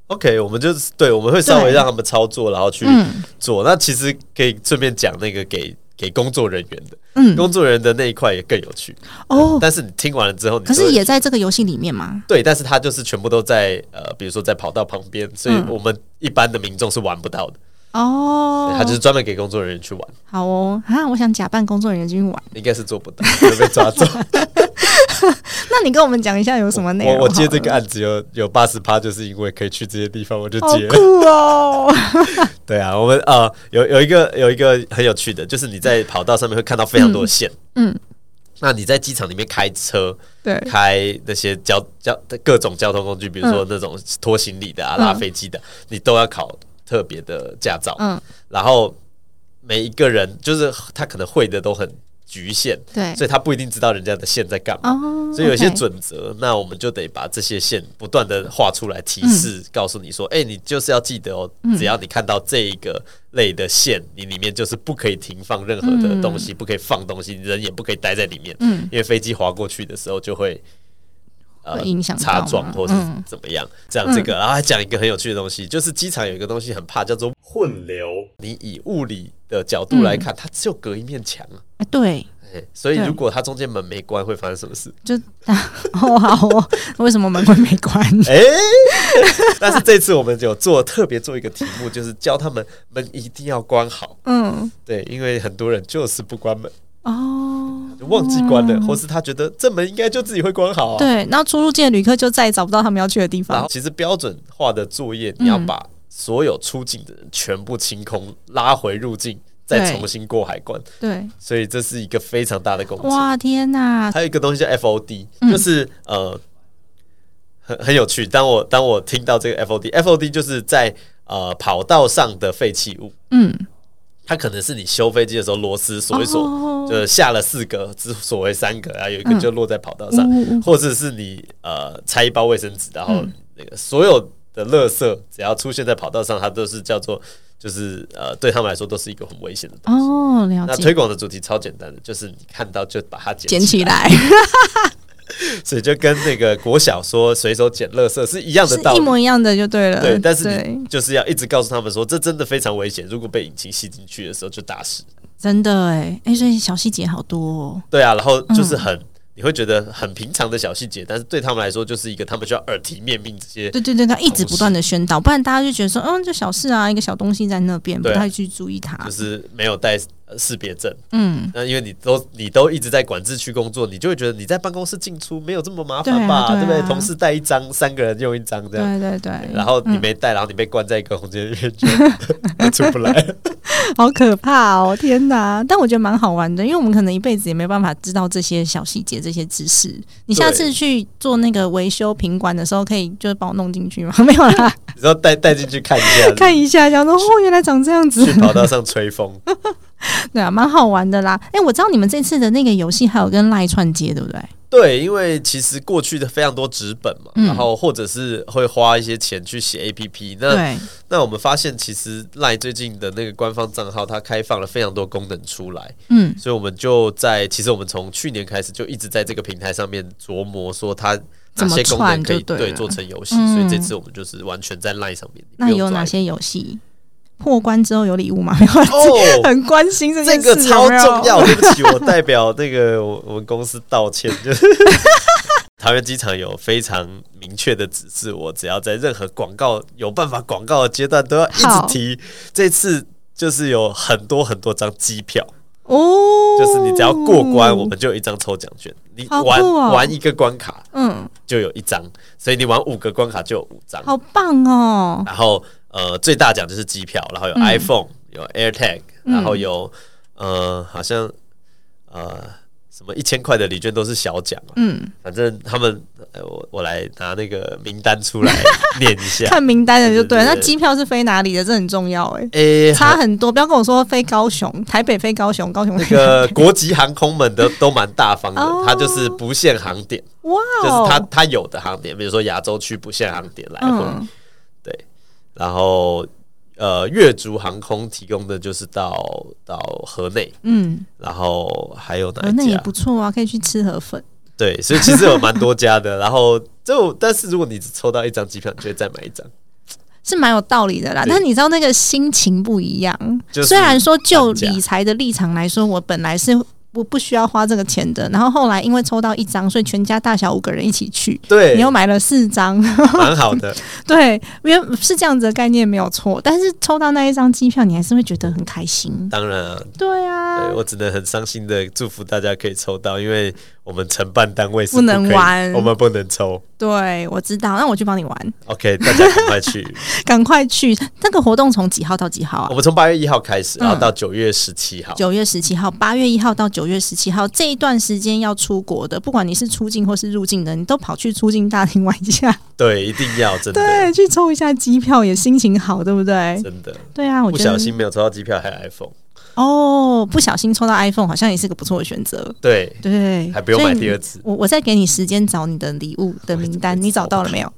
Speaker 2: OK，我们就是对，我们会稍
Speaker 3: 对
Speaker 2: 微让他们操作，然后去
Speaker 3: 嗯
Speaker 2: 做。那其实可以顺便讲那个给给工作人员的，
Speaker 3: 嗯，
Speaker 2: 工作人员的那一块也更有趣。
Speaker 3: 哦，
Speaker 2: 但是你听完了之后你就
Speaker 3: 可
Speaker 2: 会，
Speaker 3: 是也在这个游戏里面嘛。
Speaker 2: 对，但是它就是全部都在呃，比如说在跑道旁边，所以
Speaker 3: 嗯
Speaker 2: 我们一般的民众是玩不到的。
Speaker 3: 哦
Speaker 2: 对，它就是专门给工作人员去玩，
Speaker 3: 好哦啊！我想假扮工作人员进去玩。
Speaker 2: 应该是做不到， 会被抓走。
Speaker 3: 那你跟我们讲一下有 什么内容
Speaker 2: 我我接这个
Speaker 3: 好
Speaker 2: 案子有有八十趴，就是因为可以去这些地方，我就接
Speaker 3: 了，
Speaker 2: 了
Speaker 3: 好。酷 哦！
Speaker 2: 对啊，我们呃有有一个有一个很有趣的，就是你在跑道上面会看到非常多的线。
Speaker 3: 嗯嗯
Speaker 2: 那你在机场里面开车，
Speaker 3: 对，嗯
Speaker 2: 开那些交交各种交通工具，比如说那种拖行李的啊、拉飞机的，你都要考特别的驾照。
Speaker 3: 嗯，
Speaker 2: 然后每一个人就是他可能会的都很局限，
Speaker 3: 对
Speaker 2: 所以他不一定知道人家的线在干嘛。
Speaker 3: 哦，
Speaker 2: 所以有一些
Speaker 3: OK
Speaker 2: 准则，那我们就得把这些线不断的画出来，
Speaker 3: 嗯
Speaker 2: 提示、告诉你说，哎、你就是要记得哦，只要你看到这一个类的线，你里面就是不可以停放任何的东西，不可以放东西，人也不可以待在里面，
Speaker 3: 嗯
Speaker 2: 因为飞机划过去的时候就会。呃
Speaker 3: 会影响到
Speaker 2: 擦
Speaker 3: 嘛
Speaker 2: 撞或是
Speaker 3: 嗯
Speaker 2: 怎么样，这样这个，然后还讲一个很有趣的东西，就是机场有一个东西很怕，叫做混流。你以物理的角度来看，它只有隔一面墙啊，
Speaker 3: 哎对，
Speaker 2: 哎所以
Speaker 3: 嗯对
Speaker 2: 如果它中间门没关，会发生什么事？
Speaker 3: 就 哦好哦，为什么门会没关？
Speaker 2: 哎、但是这次我们有做特别做一个题目，就是教他们门一定要关好。
Speaker 3: 嗯，
Speaker 2: 对，因为很多人就是不关门，
Speaker 3: 哦，
Speaker 2: 就忘记关了，或是他觉得这门应该就自己会关好啊。。
Speaker 3: 对，然后出入境的旅客就再也找不到他们要去的地
Speaker 2: 然后
Speaker 3: 方。
Speaker 2: 其实标准化的作业，你要把所有出境的人全部清空，拉回入境，再
Speaker 3: 对
Speaker 2: 重新过海关。
Speaker 3: 对，
Speaker 2: 所以这是一个非常大的工程。
Speaker 3: 哇天哪！
Speaker 2: 还有一个东西叫 FOD，、就是
Speaker 3: 嗯
Speaker 2: 呃很很有趣。当我当我听到这个 FOD，FOD 就是在呃跑道上的废弃物，
Speaker 3: 嗯，
Speaker 2: 它可能是你修飞机的时候螺丝锁一锁，
Speaker 3: 哦
Speaker 2: 就是下了四个，只锁为三个，然后有一个就落在跑道上，
Speaker 3: 嗯嗯嗯
Speaker 2: 或者是你呃拆一包卫生纸，然后那个所有的垃圾只要出现在跑道上，它都是叫做就是呃对他们来说都是一个很危险的东西。
Speaker 3: 哦，了
Speaker 2: 那
Speaker 3: 解
Speaker 2: 推，广的主题超简单的，就是你看到就把它捡
Speaker 3: 捡
Speaker 2: 起
Speaker 3: 起来
Speaker 2: 所以就跟那个国小说随手捡垃圾是一样的
Speaker 3: 是
Speaker 2: 道
Speaker 3: 一
Speaker 2: 理。
Speaker 3: 模一样的就对了。
Speaker 2: 对，但是
Speaker 3: 对
Speaker 2: 你就是要一直告诉他们说，这真的非常危险，如果被引擎吸进去的时候就大事。
Speaker 3: 真的哎哎，所以小细节好多哦。
Speaker 2: 对啊，然后就是很、
Speaker 3: 嗯
Speaker 2: 你会觉得很平常的小细节，但是对他们来说就是一个他们需要耳提面命这些。
Speaker 3: 对对对，他一直不断的宣导，不然大家就觉得说，嗯，就小事啊，一个小东西在那边，不
Speaker 2: 对
Speaker 3: 太去注意它
Speaker 2: 就。是没有带呃识别证，
Speaker 3: 嗯，
Speaker 2: 那因为你都你都一直在管制区工作，你就会觉得你在办公室进出没有这么麻烦吧，
Speaker 3: 对啊对啊
Speaker 2: 对不对？同事带一张，三个人用一张这样，
Speaker 3: 对对对，嗯
Speaker 2: 然后你没带，然后你被关在一个空间里面就 出不来。
Speaker 3: 好可怕哦！天哪！但我觉得蛮好玩的，因为我们可能一辈子也没办法知道这些小细节、这些知识。你下次去做那个维修品管的时候，可以就是帮我弄进去吗？ 没有啦，
Speaker 2: 你知道带带进去看一下，
Speaker 3: 看一下，想说哦，原来长这样子
Speaker 2: 去，跑道上吹风，
Speaker 3: 对啊，蛮好玩的啦。哎、我知道你们这次的那个游戏还有跟赖串接，对不对？
Speaker 2: 对，因为其实过去的非常多纸本嘛，
Speaker 3: 嗯
Speaker 2: 然后或者是会花一些钱去写 APP。那
Speaker 3: 对，
Speaker 2: 那我们发现，其实赖最近的那个官方账号，它开放了非常多功能出来，
Speaker 3: 嗯，
Speaker 2: 所以我们就在其实我们从去年开始就一直在这个平台上面琢磨，说它哪
Speaker 3: 怎么
Speaker 2: 些功能可以
Speaker 3: 串就对了
Speaker 2: 对做成游戏。
Speaker 3: 嗯
Speaker 2: 所以这次我们就是完全在赖上面。
Speaker 3: 那
Speaker 2: 不用
Speaker 3: 有
Speaker 2: 做
Speaker 3: 哪
Speaker 2: app
Speaker 3: 些游戏？破关之后有礼物吗？没 有，
Speaker 2: 哦？
Speaker 3: 很关心这
Speaker 2: 这
Speaker 3: 件
Speaker 2: 个
Speaker 3: 事。
Speaker 2: 超
Speaker 3: 有没有
Speaker 2: 重要，对不起，我代表那个我我们公司道歉。就是 桃园机场有非常明确的指示，我只要在任何广告有办法广告的阶段都要一
Speaker 3: 好
Speaker 2: 直提。这次就是有很多很多张机票，
Speaker 3: 哦。
Speaker 2: 就是你只要过关，我们就有一张抽奖券。你
Speaker 3: 好酷
Speaker 2: 玩、
Speaker 3: 哦
Speaker 2: 玩一个关卡
Speaker 3: 嗯，
Speaker 2: 就有一张，所以你玩五个关卡就有五张。
Speaker 3: 好棒 哦。
Speaker 2: 然后呃，最大奖就是机票，然后有
Speaker 3: 嗯
Speaker 2: iPhone，、有 AirTag，然后有、呃，好像呃什么一千块的礼券都是小奖、啊，
Speaker 3: 嗯，
Speaker 2: 反正他们、呃、我我来拿那个名单 出来念一下。
Speaker 3: 看名单的就对了。
Speaker 2: 对对对
Speaker 3: 那机票是飞哪里的，这很重要 哎、
Speaker 2: 诶、
Speaker 3: 差
Speaker 2: 好
Speaker 3: 很多。不要跟我说飞高雄，台北飞高雄，高雄
Speaker 2: 那
Speaker 3: 飞哪
Speaker 2: 个国际航空们的都蛮大方的
Speaker 3: 哦，
Speaker 2: 它就是不限航点，
Speaker 3: 里哇
Speaker 2: 就
Speaker 3: 哦，
Speaker 2: 是它它有的航点，比如说亚洲区不限航点来回，
Speaker 3: 嗯
Speaker 2: 对，然后呃越竹航空提供的就是到到河内，
Speaker 3: 嗯，
Speaker 2: 然后还有哪
Speaker 3: 哦
Speaker 2: 一
Speaker 3: 那也
Speaker 2: 家
Speaker 3: 不？错啊，可以去吃河粉。
Speaker 2: 对，所以其实有蛮多家的。然后就，但是如果你只抽到一张机票，你就会再买一张。
Speaker 3: 是蛮有道理的啦，
Speaker 2: 对
Speaker 3: 但你知道那个心情不一样。
Speaker 2: 就是
Speaker 3: 虽然说就
Speaker 2: 放假
Speaker 3: 理财的立场来说，我本来是不不需要花这个钱的，然后后来因为抽到一张，所以全家大小五个人一起去，
Speaker 2: 对
Speaker 3: 你， 又买了四张，
Speaker 2: 蛮好的。
Speaker 3: 对，因为是这样子的概念没有错。但是抽到那一张机票，你还是会觉得很开心。
Speaker 2: 当然啊，
Speaker 3: 对啊，
Speaker 2: 对我只能很伤心的祝福大家可以抽到，因为我们承办单位是
Speaker 3: 不能
Speaker 2: 可以
Speaker 3: 玩
Speaker 2: 我们不能抽。
Speaker 3: 对，我知道，那我去帮你玩，
Speaker 2: OK，大家赶快去。
Speaker 3: 赶快去。那个活动从几号到几号
Speaker 2: 哦我
Speaker 3: 啊？
Speaker 2: 们从八月一号开始，然后
Speaker 3: 嗯
Speaker 2: 到九月十七号。
Speaker 3: 九月十七号，八月一号到九月十七号这一段时间要出国的，不管你是出境或是入境的，你都跑去出境大厅玩一下，
Speaker 2: 对，一定要真的
Speaker 3: 对，去抽一下机票，也心情好，对不对？
Speaker 2: 真的，
Speaker 3: 对啊，我
Speaker 2: 不
Speaker 3: 觉
Speaker 2: 小
Speaker 3: 得
Speaker 2: 心没有抽到机票，还有 iPhone。
Speaker 3: 哦，不小心抽到 iPhone 好像也是个不错的选择，
Speaker 2: 对，
Speaker 3: 对，
Speaker 2: 还不用买
Speaker 3: 所以你
Speaker 2: 第二次
Speaker 3: 我我再给你时间找你的礼物的名单，你找到了没有？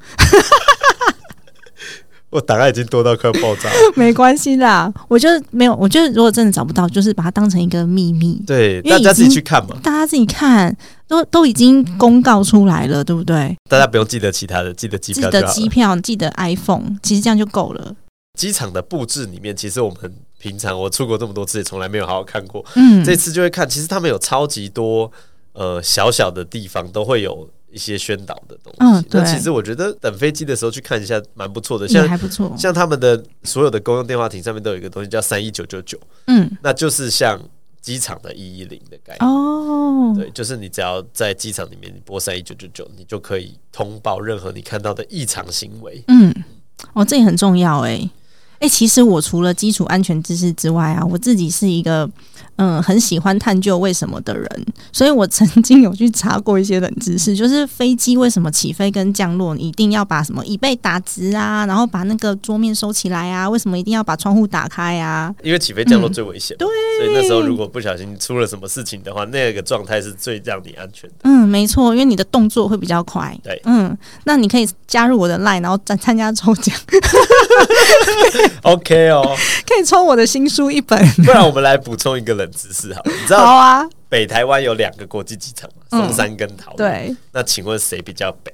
Speaker 2: 我档案已经多到快要爆炸了。
Speaker 3: 没关系啦，我觉得没有，我觉得如果真的找不到，就是把它当成一个秘密，
Speaker 2: 对，
Speaker 3: 因为
Speaker 2: 大家
Speaker 3: 已
Speaker 2: 自己
Speaker 3: 经
Speaker 2: 去看嘛，
Speaker 3: 大家自己看，都都已经公告出来了，对不对？
Speaker 2: 大家不用记得其他的，记得机
Speaker 3: 记
Speaker 2: 票就
Speaker 3: 得
Speaker 2: 好了
Speaker 3: 机。票，记得 iPhone，其实这样就够了。
Speaker 2: 机场的布置里面，其实我们平常我出国这么多次，也从来没有好好看过。
Speaker 3: 嗯，
Speaker 2: 这次就会看，其实他们有超级多呃小小的地方都会有一些宣导的东西。
Speaker 3: 嗯对
Speaker 2: 那其实我觉得等飞机的时候去看一下，蛮不错的。
Speaker 3: 也
Speaker 2: 像
Speaker 3: 还不错。
Speaker 2: 像他们的所有的公用电话亭上面都有一个东西叫三一九九九，
Speaker 3: 嗯，
Speaker 2: 那就是像机场的一一零的概念。
Speaker 3: 哦，
Speaker 2: 对，就是你只要在机场里面你拨三一九九九，你就可以通报任何你看到的异常行为。
Speaker 3: 嗯，哦，这也欸很重要哎、欸。哎、其实我除了基础安全知识之外啊，我自己是一个嗯很喜欢探究为什么的人，所以我曾经有去查过一些冷知识，就是飞机为什么起飞跟降落，你一定要把什么椅背打直啊，然后把那个桌面收起来啊，为什么一定要把窗户打开啊？
Speaker 2: 因为起飞降落最危险、对，所以那时候如果不小心出了什么事情的话，那个状态是最让你安全的。
Speaker 3: 嗯，没错，因为你的动作会比较快。
Speaker 2: 对
Speaker 3: 嗯，那你可以加入我的 line，然后参参加抽奖，
Speaker 2: OK 哦，
Speaker 3: 可以抽我的新书一本。
Speaker 2: 不然我们来补充一个冷知识好了，你知
Speaker 3: 好
Speaker 2: 道
Speaker 3: 啊，
Speaker 2: 北台湾有两个国际机场吗？
Speaker 3: 嗯
Speaker 2: 松山跟桃园。
Speaker 3: 对，
Speaker 2: 那请问谁比较北？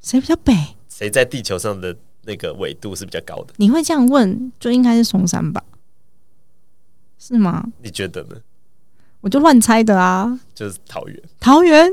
Speaker 3: 谁比较北？
Speaker 2: 谁在地球上的那个纬度是比较高的？
Speaker 3: 你会这样问，就应该是松山吧？是吗？
Speaker 2: 你觉得呢？
Speaker 3: 我就乱猜的啊。
Speaker 2: 就是桃园，
Speaker 3: 桃园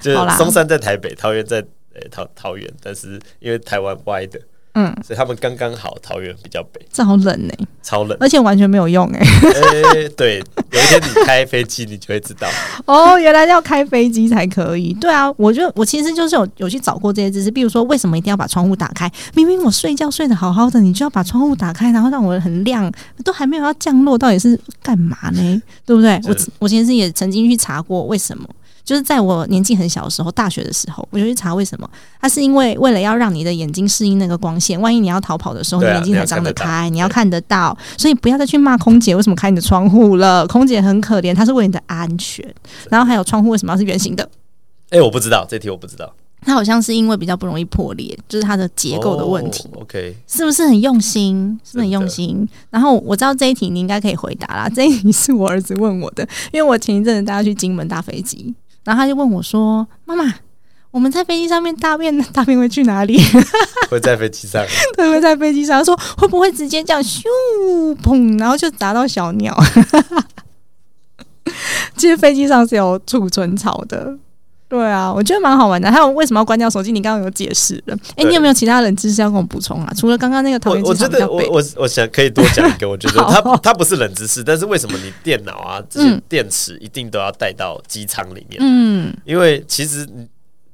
Speaker 2: 就是
Speaker 3: 好啦
Speaker 2: 松山在台北，桃园在呃、桃桃园，但是因为台湾歪的，
Speaker 3: 嗯，
Speaker 2: 所以他们刚刚好，桃园比较北，
Speaker 3: 这好冷哎、
Speaker 2: 超冷。
Speaker 3: 而且完全没有用哎、
Speaker 2: 哎，对，有一天你开飞机，你就会知道。
Speaker 3: 哦，原来要开飞机才可以。对啊，我就我其实就是有有去找过这些知识，比如说为什么一定要把窗户打开？明明我睡觉睡得好好的，你就要把窗户打开，然后让我很亮，都还没有要降落，到底是干嘛 呢？对不对？我
Speaker 2: 是
Speaker 3: 我其实也曾经去查过为什么。就是在我年纪很小的时候，大学的时候，我就去查为什么，它是因为为了要让你的眼睛适应那个光线，万一你要逃跑的时候，你
Speaker 2: 对啊
Speaker 3: 眼睛才张得
Speaker 2: 你要看
Speaker 3: 开，你要看得到，所以不要再去骂空姐为什么开你的窗户了，空姐很可怜，她是为你的安全。然后还有窗户为什么要是圆形的？
Speaker 2: 哎，我不知道这题，我不知道
Speaker 3: 它好像是因为比较不容易破裂，就是它的结构的问题，
Speaker 2: 哦 OK，
Speaker 3: 是不是很用心？是不是很用心？然后我知道这一题你应该可以回答 啦，这一题是我儿子问我的，因为我前一阵子带他去金门搭飞机，然后他就问我说：“妈妈。”我们在飞机上面大便，大便会去哪 里？
Speaker 2: 会在飞 机上。
Speaker 3: 会不会在飞机上？他说会不会直接这样咻砰，然后就砸到小鸟？ 其实飞机上是有储存槽的。对啊，我觉得蛮好玩的。还有为什么要关掉手机？你刚刚有解释了。哎、
Speaker 2: 对
Speaker 3: 你有没有其他冷知识要跟我补充啊？除了刚刚那个桃
Speaker 2: 我
Speaker 3: 园机
Speaker 2: 我觉
Speaker 3: 场比较
Speaker 2: 得我
Speaker 3: 北，
Speaker 2: 我我想可以多讲一个，我觉得它
Speaker 3: 好
Speaker 2: 它不是冷知识，但是为什么你电脑啊这些
Speaker 3: 嗯
Speaker 2: 电池一定都要带到机舱里面？
Speaker 3: 嗯，
Speaker 2: 因为其实你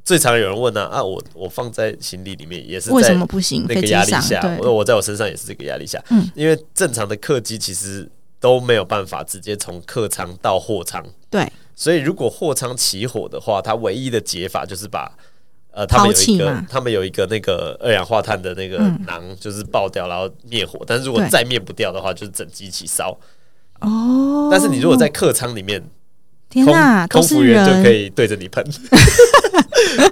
Speaker 2: 最常有人问啊啊，我我放在行李里面也是
Speaker 3: 为什
Speaker 2: 在
Speaker 3: 么不行？
Speaker 2: 那
Speaker 3: 飞
Speaker 2: 个
Speaker 3: 机
Speaker 2: 压力
Speaker 3: 上
Speaker 2: 下，
Speaker 3: 对，
Speaker 2: 我我在我身上也是这个压力下，
Speaker 3: 嗯
Speaker 2: 因为正常的客机其实都没有办法直接从客舱到货舱，
Speaker 3: 对，
Speaker 2: 所以如果货舱起火的话，它唯一的解法就是把呃，他们有一
Speaker 3: 抛弃
Speaker 2: 个
Speaker 3: 嘛，
Speaker 2: 他们有一个那个二氧化碳的那个
Speaker 3: 嗯
Speaker 2: 囊，就是爆掉，然后灭火。但是如果
Speaker 3: 对
Speaker 2: 再灭不掉的话，就是整机一起烧。
Speaker 3: 哦。
Speaker 2: 但是你如果在客舱里面，
Speaker 3: 天
Speaker 2: 空
Speaker 3: 哪，都
Speaker 2: 空
Speaker 3: 是
Speaker 2: 服员
Speaker 3: 人
Speaker 2: 就可以对着你喷，
Speaker 3: 哦，原来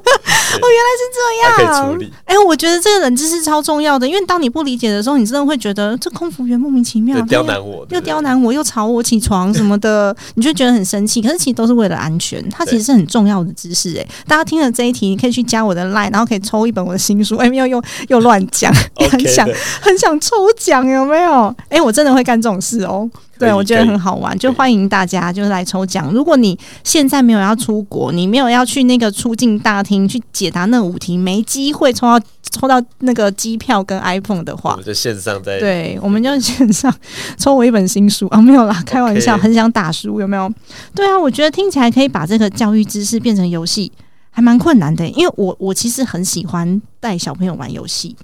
Speaker 3: 是这样，
Speaker 2: 它可以处理
Speaker 3: 哎、我觉得这个冷知识超重要的，因为当你不理解的时候，你真的会觉得这空服员莫名其妙，
Speaker 2: 对
Speaker 3: 他
Speaker 2: 刁
Speaker 3: 又
Speaker 2: 难我，对
Speaker 3: 又
Speaker 2: 不对
Speaker 3: 刁。难我，又吵我起床什么 的，你就觉得很生气。可是其实都是为了安全，它其实是很重要的知识、诶，欸大家听了这一题，你可以去加我的 line，然后可以抽一本我的新书。哎、没有又又乱讲，很
Speaker 2: OK
Speaker 3: 想
Speaker 2: 的，
Speaker 3: 很想抽奖，有没有？哎、我真的会干这种事哦。
Speaker 2: 可以
Speaker 3: 对，我觉得
Speaker 2: 可以
Speaker 3: 很好玩，就
Speaker 2: 可以
Speaker 3: 欢迎大家就是来抽奖。如果你现在没有要出国，你没有要去那个出境大厅去解答那五题，没机会抽到抽到那个机票跟 iPhone 的
Speaker 2: 我
Speaker 3: 话
Speaker 2: 们，就线上在
Speaker 3: 对，我们就线上抽我一本新书啊，没有啦，开玩笑，
Speaker 2: OK
Speaker 3: 很想打书，有没有？对啊，我觉得听起来可以把这个教育知识变成游戏，还蛮困难的，欸因为我我其实很喜欢带小朋友玩游戏，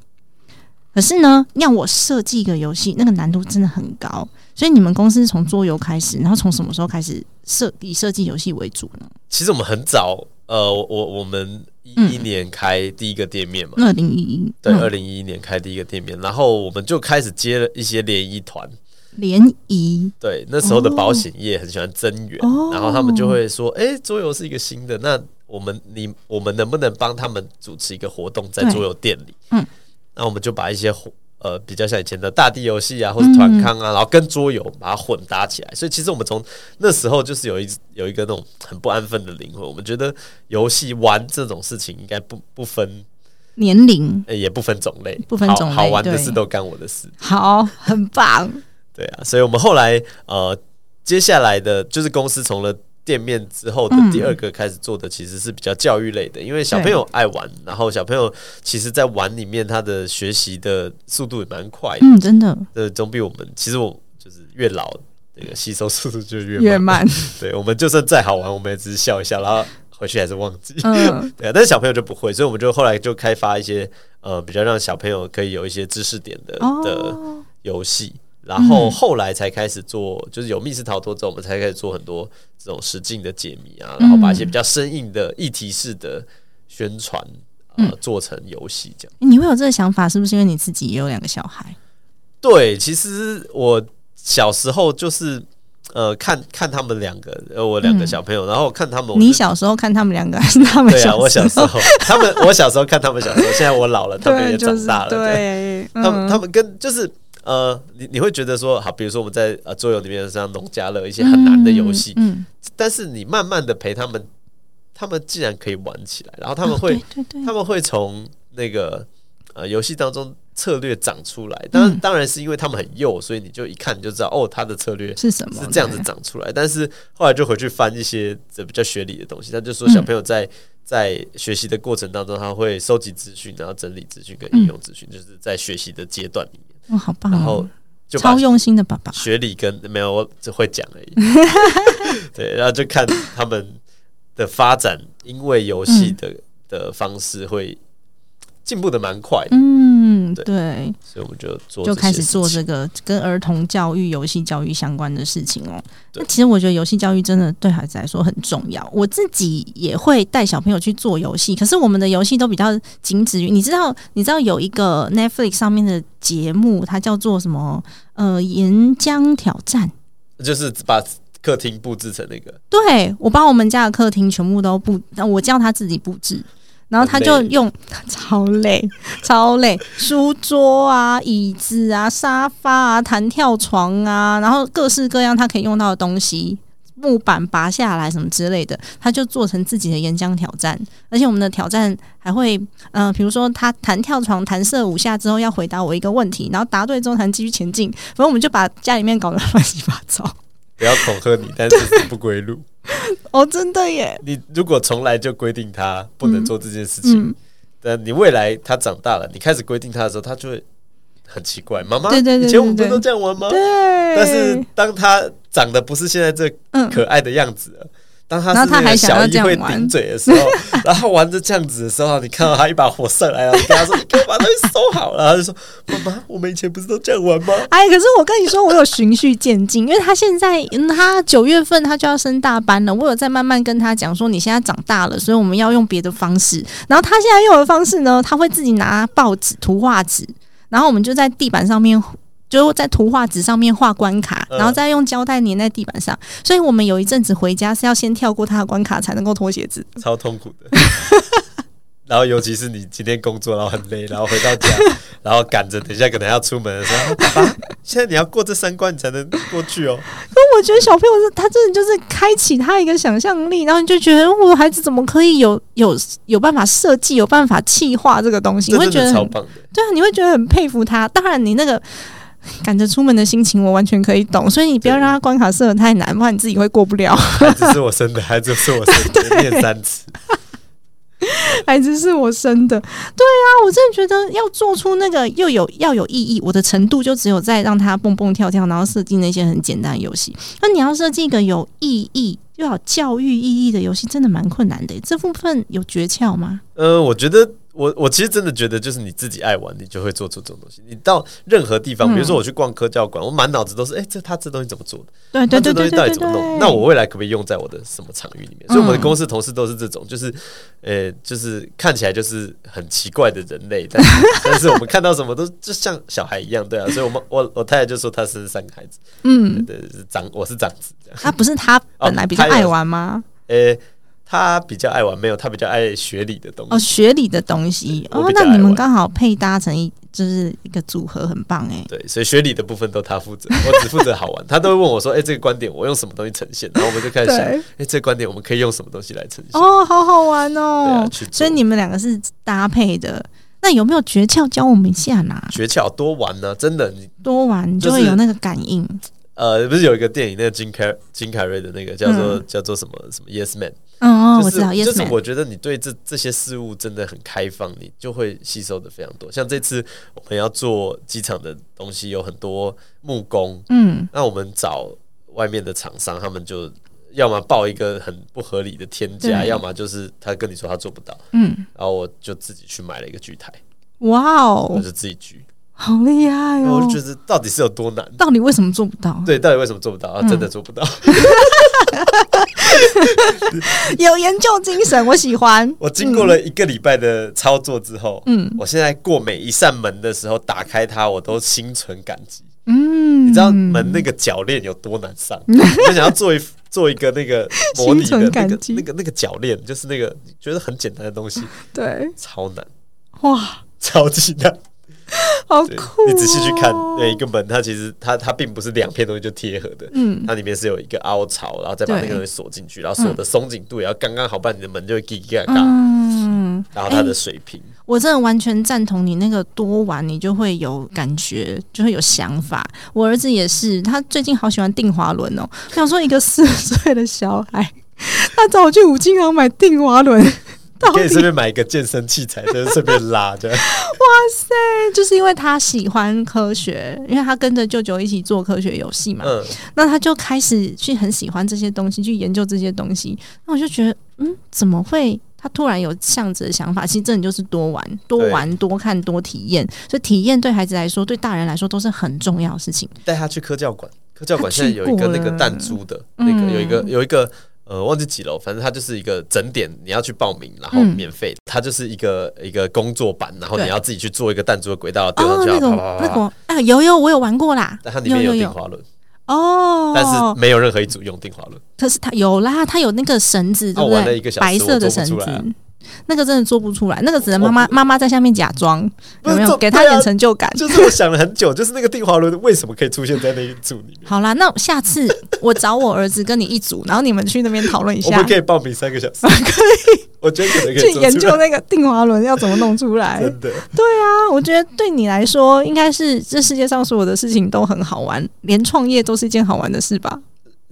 Speaker 3: 可是呢，要我设计一个游戏，那个难度真的很高。所以你们公司从桌游开始，然后从什么时候开始设以设计游戏为主呢？
Speaker 2: 其实我们很早，呃，我我我们
Speaker 3: 嗯
Speaker 2: 一一年开第一个店面嘛，
Speaker 3: 二零一一
Speaker 2: 对，二零一一年开第一个店面，然后我们就开始接了一些联谊团，
Speaker 3: 联谊
Speaker 2: 对，那时候的保险业很喜欢增援，
Speaker 3: 哦
Speaker 2: 然后他们就会说，哎、桌游是一个新的，那我们你我们能不能帮他们主持一个活动在
Speaker 3: 对
Speaker 2: 桌游店里？
Speaker 3: 嗯，
Speaker 2: 那我们就把一些活呃比较像以前的大地游戏啊，或是团康
Speaker 3: 嗯
Speaker 2: 啊，然后跟桌游把它混搭起来。所以其实我们从那时候就是有一有一个那种很不安分的灵魂，我们觉得游戏玩这种事情应该不不分、
Speaker 3: 年龄
Speaker 2: 呃也不分种类，
Speaker 3: 不分种类
Speaker 2: 好，好玩的
Speaker 3: 对
Speaker 2: 事都干我的事。
Speaker 3: 好，很 棒，
Speaker 2: 对啊，所以我们后来呃，接下来的就是公司从了店面之后的
Speaker 3: 嗯
Speaker 2: 第二个开始做的，其实是比较教育类的，因为小朋友爱玩，然后小朋友其实在玩里面他的学习的速度也蛮快的，
Speaker 3: 嗯，真的
Speaker 2: 呃、总比我们其实我就是越老那个吸收速度就越慢。
Speaker 3: 越慢，
Speaker 2: 对，我们就算再好玩，我们也只是笑一笑，然后回去还是忘记。
Speaker 3: 嗯，
Speaker 2: 对啊，但是小朋友就不会，所以我们就后来就开发一些呃比较让小朋友可以有一些知识点的、的
Speaker 3: 哦。
Speaker 2: 游戏。然
Speaker 3: 嗯
Speaker 2: 后后来才开始做，就是有密室逃脱之后，我们才开始做很多这种实境的解谜啊，然后把一些比较生硬的议题式的宣传啊、
Speaker 3: 嗯
Speaker 2: 呃做成游戏这样。
Speaker 3: 你会有这个想法，是不是因为你自己也有两个小孩？
Speaker 2: 对，其实我小时候就是呃看看他们两个，呃我两个小朋友，然后看他们我
Speaker 3: 嗯
Speaker 2: 就，
Speaker 3: 你小时候看他们两个， 还是他们
Speaker 2: 对
Speaker 3: 小
Speaker 2: 啊，我小时
Speaker 3: 候？
Speaker 2: 候他们，我小时候看他们小时候，现在我老了，他们也
Speaker 3: 对，啊就
Speaker 2: 长
Speaker 3: 是
Speaker 2: 大了，对，
Speaker 3: 对，
Speaker 2: 他们
Speaker 3: 嗯
Speaker 2: 他们跟就是。呃，你你会觉得说，好，比如说我们在呃桌游里面像农家乐一些很难的游戏，
Speaker 3: 嗯，
Speaker 2: 但是你慢慢的陪他们，他们竟然可以玩起来，然后他
Speaker 3: 他
Speaker 2: 们会，
Speaker 3: 对对
Speaker 2: 他们会从那个呃游戏当中策略长出来。
Speaker 3: 嗯
Speaker 2: 当然，当然是因为他们很幼，所以你就一看你就知道，哦，他的策略
Speaker 3: 是什么？
Speaker 2: 是这样子长出来。但是后来就回去翻一些呃这比较学理的东西，他就
Speaker 3: 嗯
Speaker 2: 说小朋友在、在学习的过程当中，他会收集资讯，然后整理资讯跟应用资
Speaker 3: 嗯
Speaker 2: 讯，就是在学习的阶段里面，
Speaker 3: 哇，好棒哦！
Speaker 2: 然后就把
Speaker 3: 超用心的爸爸，
Speaker 2: 学理跟没有，我只会讲而 已。对，然后就看他们的发展，因为游戏的、
Speaker 3: 嗯
Speaker 2: 的方式会进步的蛮快的，
Speaker 3: 嗯，
Speaker 2: 对
Speaker 3: 对，
Speaker 2: 所以我们就做
Speaker 3: 就开始做
Speaker 2: 这些事
Speaker 3: 这个跟儿童教育、游戏教育相关的事情哦。
Speaker 2: 对
Speaker 3: 那其实我觉得游戏教育真的对孩子来说很重要。我自己也会带小朋友去做游戏，可是我们的游戏都比较仅止于你知道，你知道有一个 Netflix 上面的节目，它叫做什么？呃，岩浆挑战。
Speaker 2: 情，就是把客厅布置成那个
Speaker 3: 对我把我们家的客厅全部都布，我叫他自己布置。然后他就
Speaker 2: 很累
Speaker 3: 用 超累，超累，书桌啊、椅子啊、沙发啊、弹跳床啊，然后各式各样他可以用到的东西，木板拔下来什么之类的，他就做成自己的岩浆挑战。而且我们的挑战还会，呃，比如说他弹跳床弹射五下之后要回答我一个问题，然后答对之后才能继续前进。反正我们就把家里面搞得 乱七八糟。
Speaker 2: 不要恐吓你，但是是不归路。
Speaker 3: 哦，真的耶，
Speaker 2: 你如果从来就规定他不能做这件事情，
Speaker 3: 嗯
Speaker 2: 但你未来他长大了，你开始规定他的时候，他就会很奇怪。妈妈，
Speaker 3: 对对对
Speaker 2: 以前我们不
Speaker 3: 对
Speaker 2: 是
Speaker 3: 对
Speaker 2: 都这样玩 吗？
Speaker 3: 对。
Speaker 2: 但是当他长得不是现在这
Speaker 3: 嗯
Speaker 2: 可爱的样子了，当他
Speaker 3: 然后
Speaker 2: 是
Speaker 3: 他
Speaker 2: 那
Speaker 3: 还
Speaker 2: 个
Speaker 3: 想
Speaker 2: 小
Speaker 3: 要这
Speaker 2: 姨
Speaker 3: 样
Speaker 2: 会
Speaker 3: 玩
Speaker 2: 顶嘴的时候， 然后玩着这样子的时候，你看到他一把火上来了，你跟他说：“你给我把东西收好了。”他就说：“妈妈，我们以前不是都这样玩吗
Speaker 3: 哎，可是我跟你说，我有循序渐进，因为他现在嗯他九月份他就要升大班了，我有在慢慢跟他讲说，你现在长大了，所以我们要用别的方式。然后他现在用的方式呢，他会自己拿报纸、图画纸，然后我们就在地板上面。就在图画纸上面画关卡，
Speaker 2: 嗯
Speaker 3: 然后再用胶带粘在地板上，所以我们有一阵子回家是要先跳过他的关卡才能够脱鞋子。？”
Speaker 2: 超痛苦的。 然后尤其是你今天工作，然后很累，然后回到家，然后赶着等一下可能还要出门的时候，哦爸爸，现在你要过这三关你才能过去哦。
Speaker 3: 我觉得小朋友是他真的就是开启他一个想象力，然后你就觉得哦我的孩子怎么可以有有有办法设计、有办法气化这个东西，
Speaker 2: 这
Speaker 3: 你会
Speaker 2: 真
Speaker 3: 觉
Speaker 2: 的
Speaker 3: 得
Speaker 2: 超
Speaker 3: 很
Speaker 2: 棒的。
Speaker 3: 对啊，你会觉得很佩服他。当然，你那个赶着出门的心情，我完全可以懂。所以你不要
Speaker 2: 对
Speaker 3: 让他关卡设的太难，不然你自己会过不了。
Speaker 2: 孩子是我生的，孩子是我生 的，念三次。
Speaker 3: 孩子是我生的，对啊，我真的觉得要做出那个又有要有意义，我的程度就只有在让他蹦蹦跳跳，然后设计那些很简单的游戏。那你要设计一个有意义又有教育意义的游戏，真的蛮困难的耶。这部分有诀窍吗？
Speaker 2: 呃，我觉得我我其实真的觉得，就是你自己爱玩，你就会做出这种东西。你到任何地方，比
Speaker 3: 嗯
Speaker 2: 如说我去逛科教馆，我满脑子都是，哎、这他这东西怎么做的？
Speaker 3: 对对
Speaker 2: 他
Speaker 3: 对
Speaker 2: 这东
Speaker 3: 对
Speaker 2: 西
Speaker 3: 对
Speaker 2: 到底
Speaker 3: 对
Speaker 2: 怎么
Speaker 3: 对嗯
Speaker 2: 弄？那我未来可不可以用在我的什么场域里面？所以我们的公司同事都是这种，就是，呃，就是看起来就是很奇怪的人类，但是但是我们看到什么都就像小孩一样，对啊。所以我们我我太太就说她生三个孩子，对
Speaker 3: 嗯，
Speaker 2: 对对，是长我是长子这样，
Speaker 3: 啊他、不是他本来比较爱玩吗？
Speaker 2: 呃。他比较爱玩，没有他比较爱学理的东西。
Speaker 3: 哦，学理的东西
Speaker 2: 我
Speaker 3: 哦，
Speaker 2: 比较
Speaker 3: 那
Speaker 2: 爱
Speaker 3: 你们
Speaker 2: 玩
Speaker 3: 刚好配搭成一就是一个组合，很棒哎。
Speaker 2: 对，所以学理的部分都他负责，我只负责好 玩。他都会问我说：“哎、这个观点我用什么东西呈现？”然后我们就开始想：“
Speaker 3: 对
Speaker 2: 哎、这个观点我们可以用什么东西来呈现？”
Speaker 3: 哦，好好玩
Speaker 2: 对
Speaker 3: 哦
Speaker 2: 啊！去做
Speaker 3: 所以你们两个是搭配的，那有没有诀窍教我们一下啦？
Speaker 2: 诀窍多玩呢、真的，你
Speaker 3: 多玩你就
Speaker 2: 就是
Speaker 3: 会有那个感应，
Speaker 2: 呃，不是有一个电影，那个金凯金凯瑞的那个叫做、
Speaker 3: 嗯
Speaker 2: 叫做什么什么 Yes Man，
Speaker 3: 嗯哦，
Speaker 2: 就
Speaker 3: 我
Speaker 2: 是
Speaker 3: 知道
Speaker 2: 就
Speaker 3: ，yes
Speaker 2: 是
Speaker 3: man，
Speaker 2: 我觉得你对这这些事物真的很开放，你就会吸收的非常多。像这次我们要做机场的东西，有很多木工，
Speaker 3: 嗯
Speaker 2: 那我们找外面的厂商，他们就要么报一个很不合理的天价，
Speaker 3: 对
Speaker 2: 要么就是他跟你说他做不到，
Speaker 3: 嗯，
Speaker 2: 然后我就自己去买了一个锯台，
Speaker 3: 哇
Speaker 2: 我
Speaker 3: 哦，
Speaker 2: 就自己锯。
Speaker 3: 好厉害
Speaker 2: 然后
Speaker 3: 哦
Speaker 2: 我！就觉得到底是有多难？
Speaker 3: 到底为什么做不到？
Speaker 2: 对，到底为什么做不到？啊真的做不到。。
Speaker 3: 有研究精神，我喜欢
Speaker 2: 我经过了一个礼拜的操作之后，
Speaker 3: 嗯
Speaker 2: 嗯，我现在过每一扇门的时候，打开它，我都心存感激。
Speaker 3: 嗯，
Speaker 2: 你知道门那个铰链有多难 上？我想要做一做一个那个模拟
Speaker 3: 心存
Speaker 2: 的那
Speaker 3: 感
Speaker 2: 个
Speaker 3: 激
Speaker 2: 那个那个铰链，就是那个觉得很简单的东西，
Speaker 3: 对，
Speaker 2: 超难，
Speaker 3: 哇，
Speaker 2: 超级难。
Speaker 3: 好
Speaker 2: 对
Speaker 3: 酷、哦！
Speaker 2: 你仔细去看每一个门，它其实它它并不是两片东西就贴合的，
Speaker 3: 嗯
Speaker 2: 它里面是有一个凹槽，然后再把
Speaker 3: 对
Speaker 2: 那个东西锁进去，然后锁的松紧度也要刚刚好，不然你的门就会叽叽嘎嘎。
Speaker 3: 嗯，
Speaker 2: 然后它的水平，
Speaker 3: 我真的完全赞同你那个多玩，你就会有感觉，就会有想法。我儿子也是，他最近好喜欢定滑轮哦。我想说，一个四岁的小孩，他找我去五金行买定滑轮，到
Speaker 2: 可以
Speaker 3: 底
Speaker 2: 顺便买一个健身器材，就是顺便拉这样。
Speaker 3: 就是因为他喜欢科学，因为他跟着舅舅一起做科学游戏嘛，
Speaker 2: 嗯，
Speaker 3: 那他就开始去很喜欢这些东西，去研究这些东西。那我就觉得，嗯，怎么会？他突然有这样子的想法，其实真的就是多玩、多玩、多看、多体验。所以体验对孩子来说，对大人来说都是很重要的事情。
Speaker 2: 带他去科教馆，科教
Speaker 3: 他
Speaker 2: 馆
Speaker 3: 去
Speaker 2: 现在有一
Speaker 3: 过
Speaker 2: 个那个
Speaker 3: 了
Speaker 2: 弹珠的那个，
Speaker 3: 嗯
Speaker 2: 有一个有一个呃，忘记几楼，反正它就是一个整点，你要去报名，然后
Speaker 3: 嗯
Speaker 2: 免费，它就是一个一个工作板，然后
Speaker 3: 对
Speaker 2: 你要自己去做一个弹珠的轨道，丢上
Speaker 3: 哦，
Speaker 2: 去，
Speaker 3: 那个
Speaker 2: 然后
Speaker 3: 我
Speaker 2: 啪啪啪
Speaker 3: 那
Speaker 2: 啪
Speaker 3: 个我啊，有有，我有玩过啦
Speaker 2: 但它，里
Speaker 3: 有
Speaker 2: 面有
Speaker 3: 有
Speaker 2: 定
Speaker 3: 有
Speaker 2: 滑轮，
Speaker 3: 哦。
Speaker 2: 但是嗯没有任何一组用定滑轮。
Speaker 3: 可是它有啦，它有那个绳子，对
Speaker 2: 那
Speaker 3: 不
Speaker 2: 我
Speaker 3: 对？
Speaker 2: 玩了一个小时
Speaker 3: 白色的
Speaker 2: 我做
Speaker 3: 绳
Speaker 2: 不出来啊
Speaker 3: 子，那个真的做不出来，那个只能妈妈妈妈在下面假装，
Speaker 2: 不
Speaker 3: 有
Speaker 2: 是
Speaker 3: 没有
Speaker 2: 做
Speaker 3: 给他一
Speaker 2: 对啊
Speaker 3: 点成就感？
Speaker 2: 就是我想了很久，就是那个定滑轮为什么可以出现在那一组里面？
Speaker 3: 好啦，那下 次我找我儿子跟你一组，然后你们去那边讨论一
Speaker 2: 我
Speaker 3: 下
Speaker 2: 们，可以报名三个小 时，我觉得可能可以
Speaker 3: 去
Speaker 2: 做
Speaker 3: 研
Speaker 2: 出
Speaker 3: 究
Speaker 2: 来。
Speaker 3: 那个定滑轮要怎么弄出 来。
Speaker 2: 真的，
Speaker 3: 啊，我觉得对你来说，应该是这世界上所有的事情都很好玩，连创业都是一件好玩的事吧？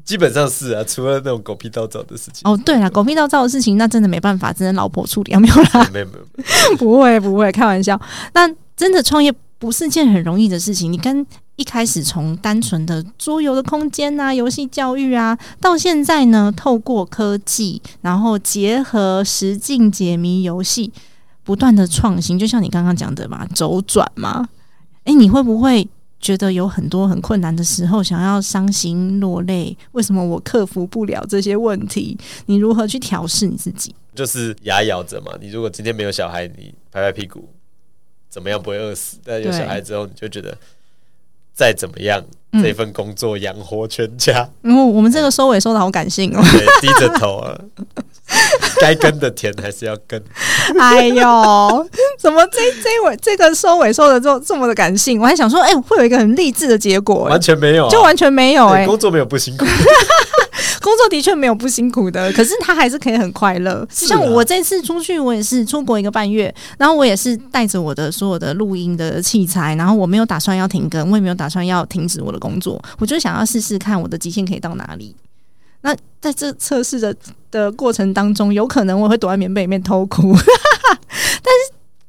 Speaker 2: 基本上是啊，除了那种狗屁倒灶的事情，
Speaker 3: 哦，对了，狗屁倒灶的事情，那真的没办法，只能老婆处理啊，没有啦，
Speaker 2: 没有没有，没 有
Speaker 3: 不会不会，开玩笑。那真的创业不是件很容易的事情，你跟一开始从单纯的桌游的空间啊、游戏教育啊，到现在呢，透过科技，然后结合实境解谜游戏，不断的创新，就像你刚刚讲的嘛，周转嘛，诶，你会不会？觉得有很多很困难的时候，想要伤心落泪，为什么我克服不了这些问题？你如何去调试你自己？
Speaker 2: 就是牙咬着嘛。你如果今天没有小孩，你拍拍屁股，怎么样不会饿死？但有
Speaker 3: 对
Speaker 2: 小孩之后，你就觉得再怎么样，
Speaker 3: 嗯
Speaker 2: 这份工作养活全家，
Speaker 3: 然、后我们这个收尾收的好感性哦，
Speaker 2: 对，低着头 啊，该耕的田还是要耕。
Speaker 3: 哎呦，怎么这这尾这个收尾收的这这么的感性？我还想说，哎、会有一个很励志的结果、哎
Speaker 2: 完全没有啊、
Speaker 3: 就完全没有
Speaker 2: 对
Speaker 3: 哎、
Speaker 2: 工作没有不辛苦，
Speaker 3: 工作的确没有不辛苦 的，可是他还是可以很快乐。
Speaker 2: 是啊
Speaker 3: 像我这次出去，我也是出国一个半月，然后我也是带着我的所有的录音的器材，然后我没有打算要停更，我也没有打算要停止我的工作，我就想要试试看我的极限可以到哪里。那在这测试的的过程当中，有可能我会躲在棉被里面偷哭， 但是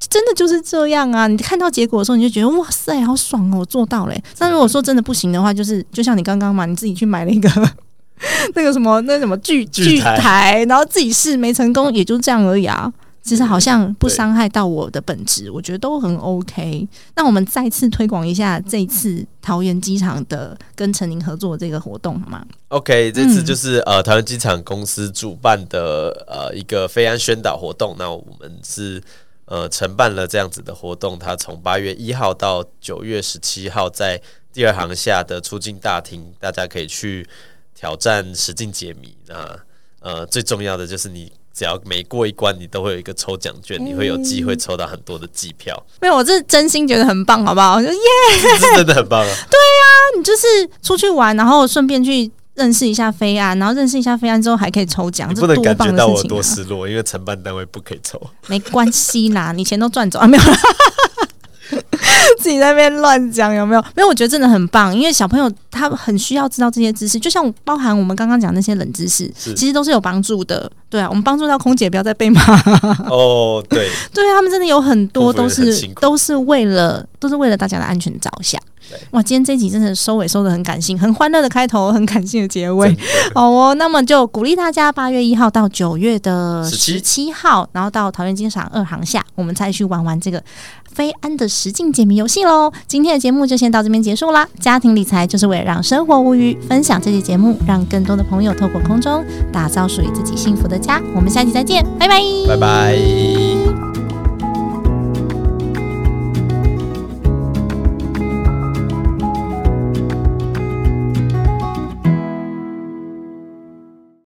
Speaker 3: 真的就是这样啊！你看到结果的时候，你就觉得哇塞，好爽哦，我做到嘞、但如果说真的不行的话，就是就像你刚刚嘛，你自己去买了一个 那个什么那什么剧
Speaker 2: 剧台
Speaker 3: 台，然后自己试没成功，也就这样而已啊。其实好像不
Speaker 2: 对
Speaker 3: 伤害到我的本质，我觉得都很 OK。那我们再次推广一下这一次桃园机场的跟陈宁合作的这个活动好吗？
Speaker 2: OK，这
Speaker 3: 嗯
Speaker 2: 次就是、呃桃园机场公司主办的呃一个飞安宣导活动，那我们是呃承办了这样子的活动，它从八月一号到九月十七号在第二航下的出境大厅，大家可以去挑战实境解谜。那呃最重要的就是你只要每过一关，你都会有一个抽奖券，你会有机
Speaker 3: 嗯
Speaker 2: 会抽到很多的机票，
Speaker 3: 没有，我是真心觉得很棒，好不好？我就耶，
Speaker 2: 这真的很 棒啊！
Speaker 3: 你就是出去玩，然后顺便去认识一下菲安，然后认识一下菲安之后还可以抽奖，
Speaker 2: 你
Speaker 3: 这
Speaker 2: 不能
Speaker 3: 多
Speaker 2: 感觉
Speaker 3: 棒
Speaker 2: 到
Speaker 3: 的
Speaker 2: 我
Speaker 3: 事情、
Speaker 2: 多
Speaker 3: 啊！
Speaker 2: 失落，因为承办单位不可以抽。
Speaker 3: 没关系啦，你钱都赚走啊，没有啦。自己在那边乱讲有没有？没有，我觉得真的很棒，因为小朋友他很需要知道这些知识，就像包含我们刚刚讲那些冷知识，
Speaker 2: 是
Speaker 3: 其实都是有帮助的。对啊，我们帮助到空姐，不要再被骂。
Speaker 2: 哦，对。
Speaker 3: 对他们真的有很多都
Speaker 2: 空服员很
Speaker 3: 是
Speaker 2: 辛苦
Speaker 3: 都是为了都是为了大家的安全着想，哇，今天这集真的收尾收的很感性，很欢乐的开头，很感性的结尾
Speaker 2: 真。的
Speaker 3: 好哦，那么就鼓励大家八月一号到九月的十
Speaker 2: 17
Speaker 3: 七号，然后到桃园机场二航下，我们再去玩玩这个飞安的实境解谜游戏喽。今天的节目就先到这边结束啦。家庭理财就是为了让生活无虞，分享这期节目，让更多的朋友透过空中打造属于自己幸福的家。我们下期再见，拜拜。
Speaker 2: 拜拜。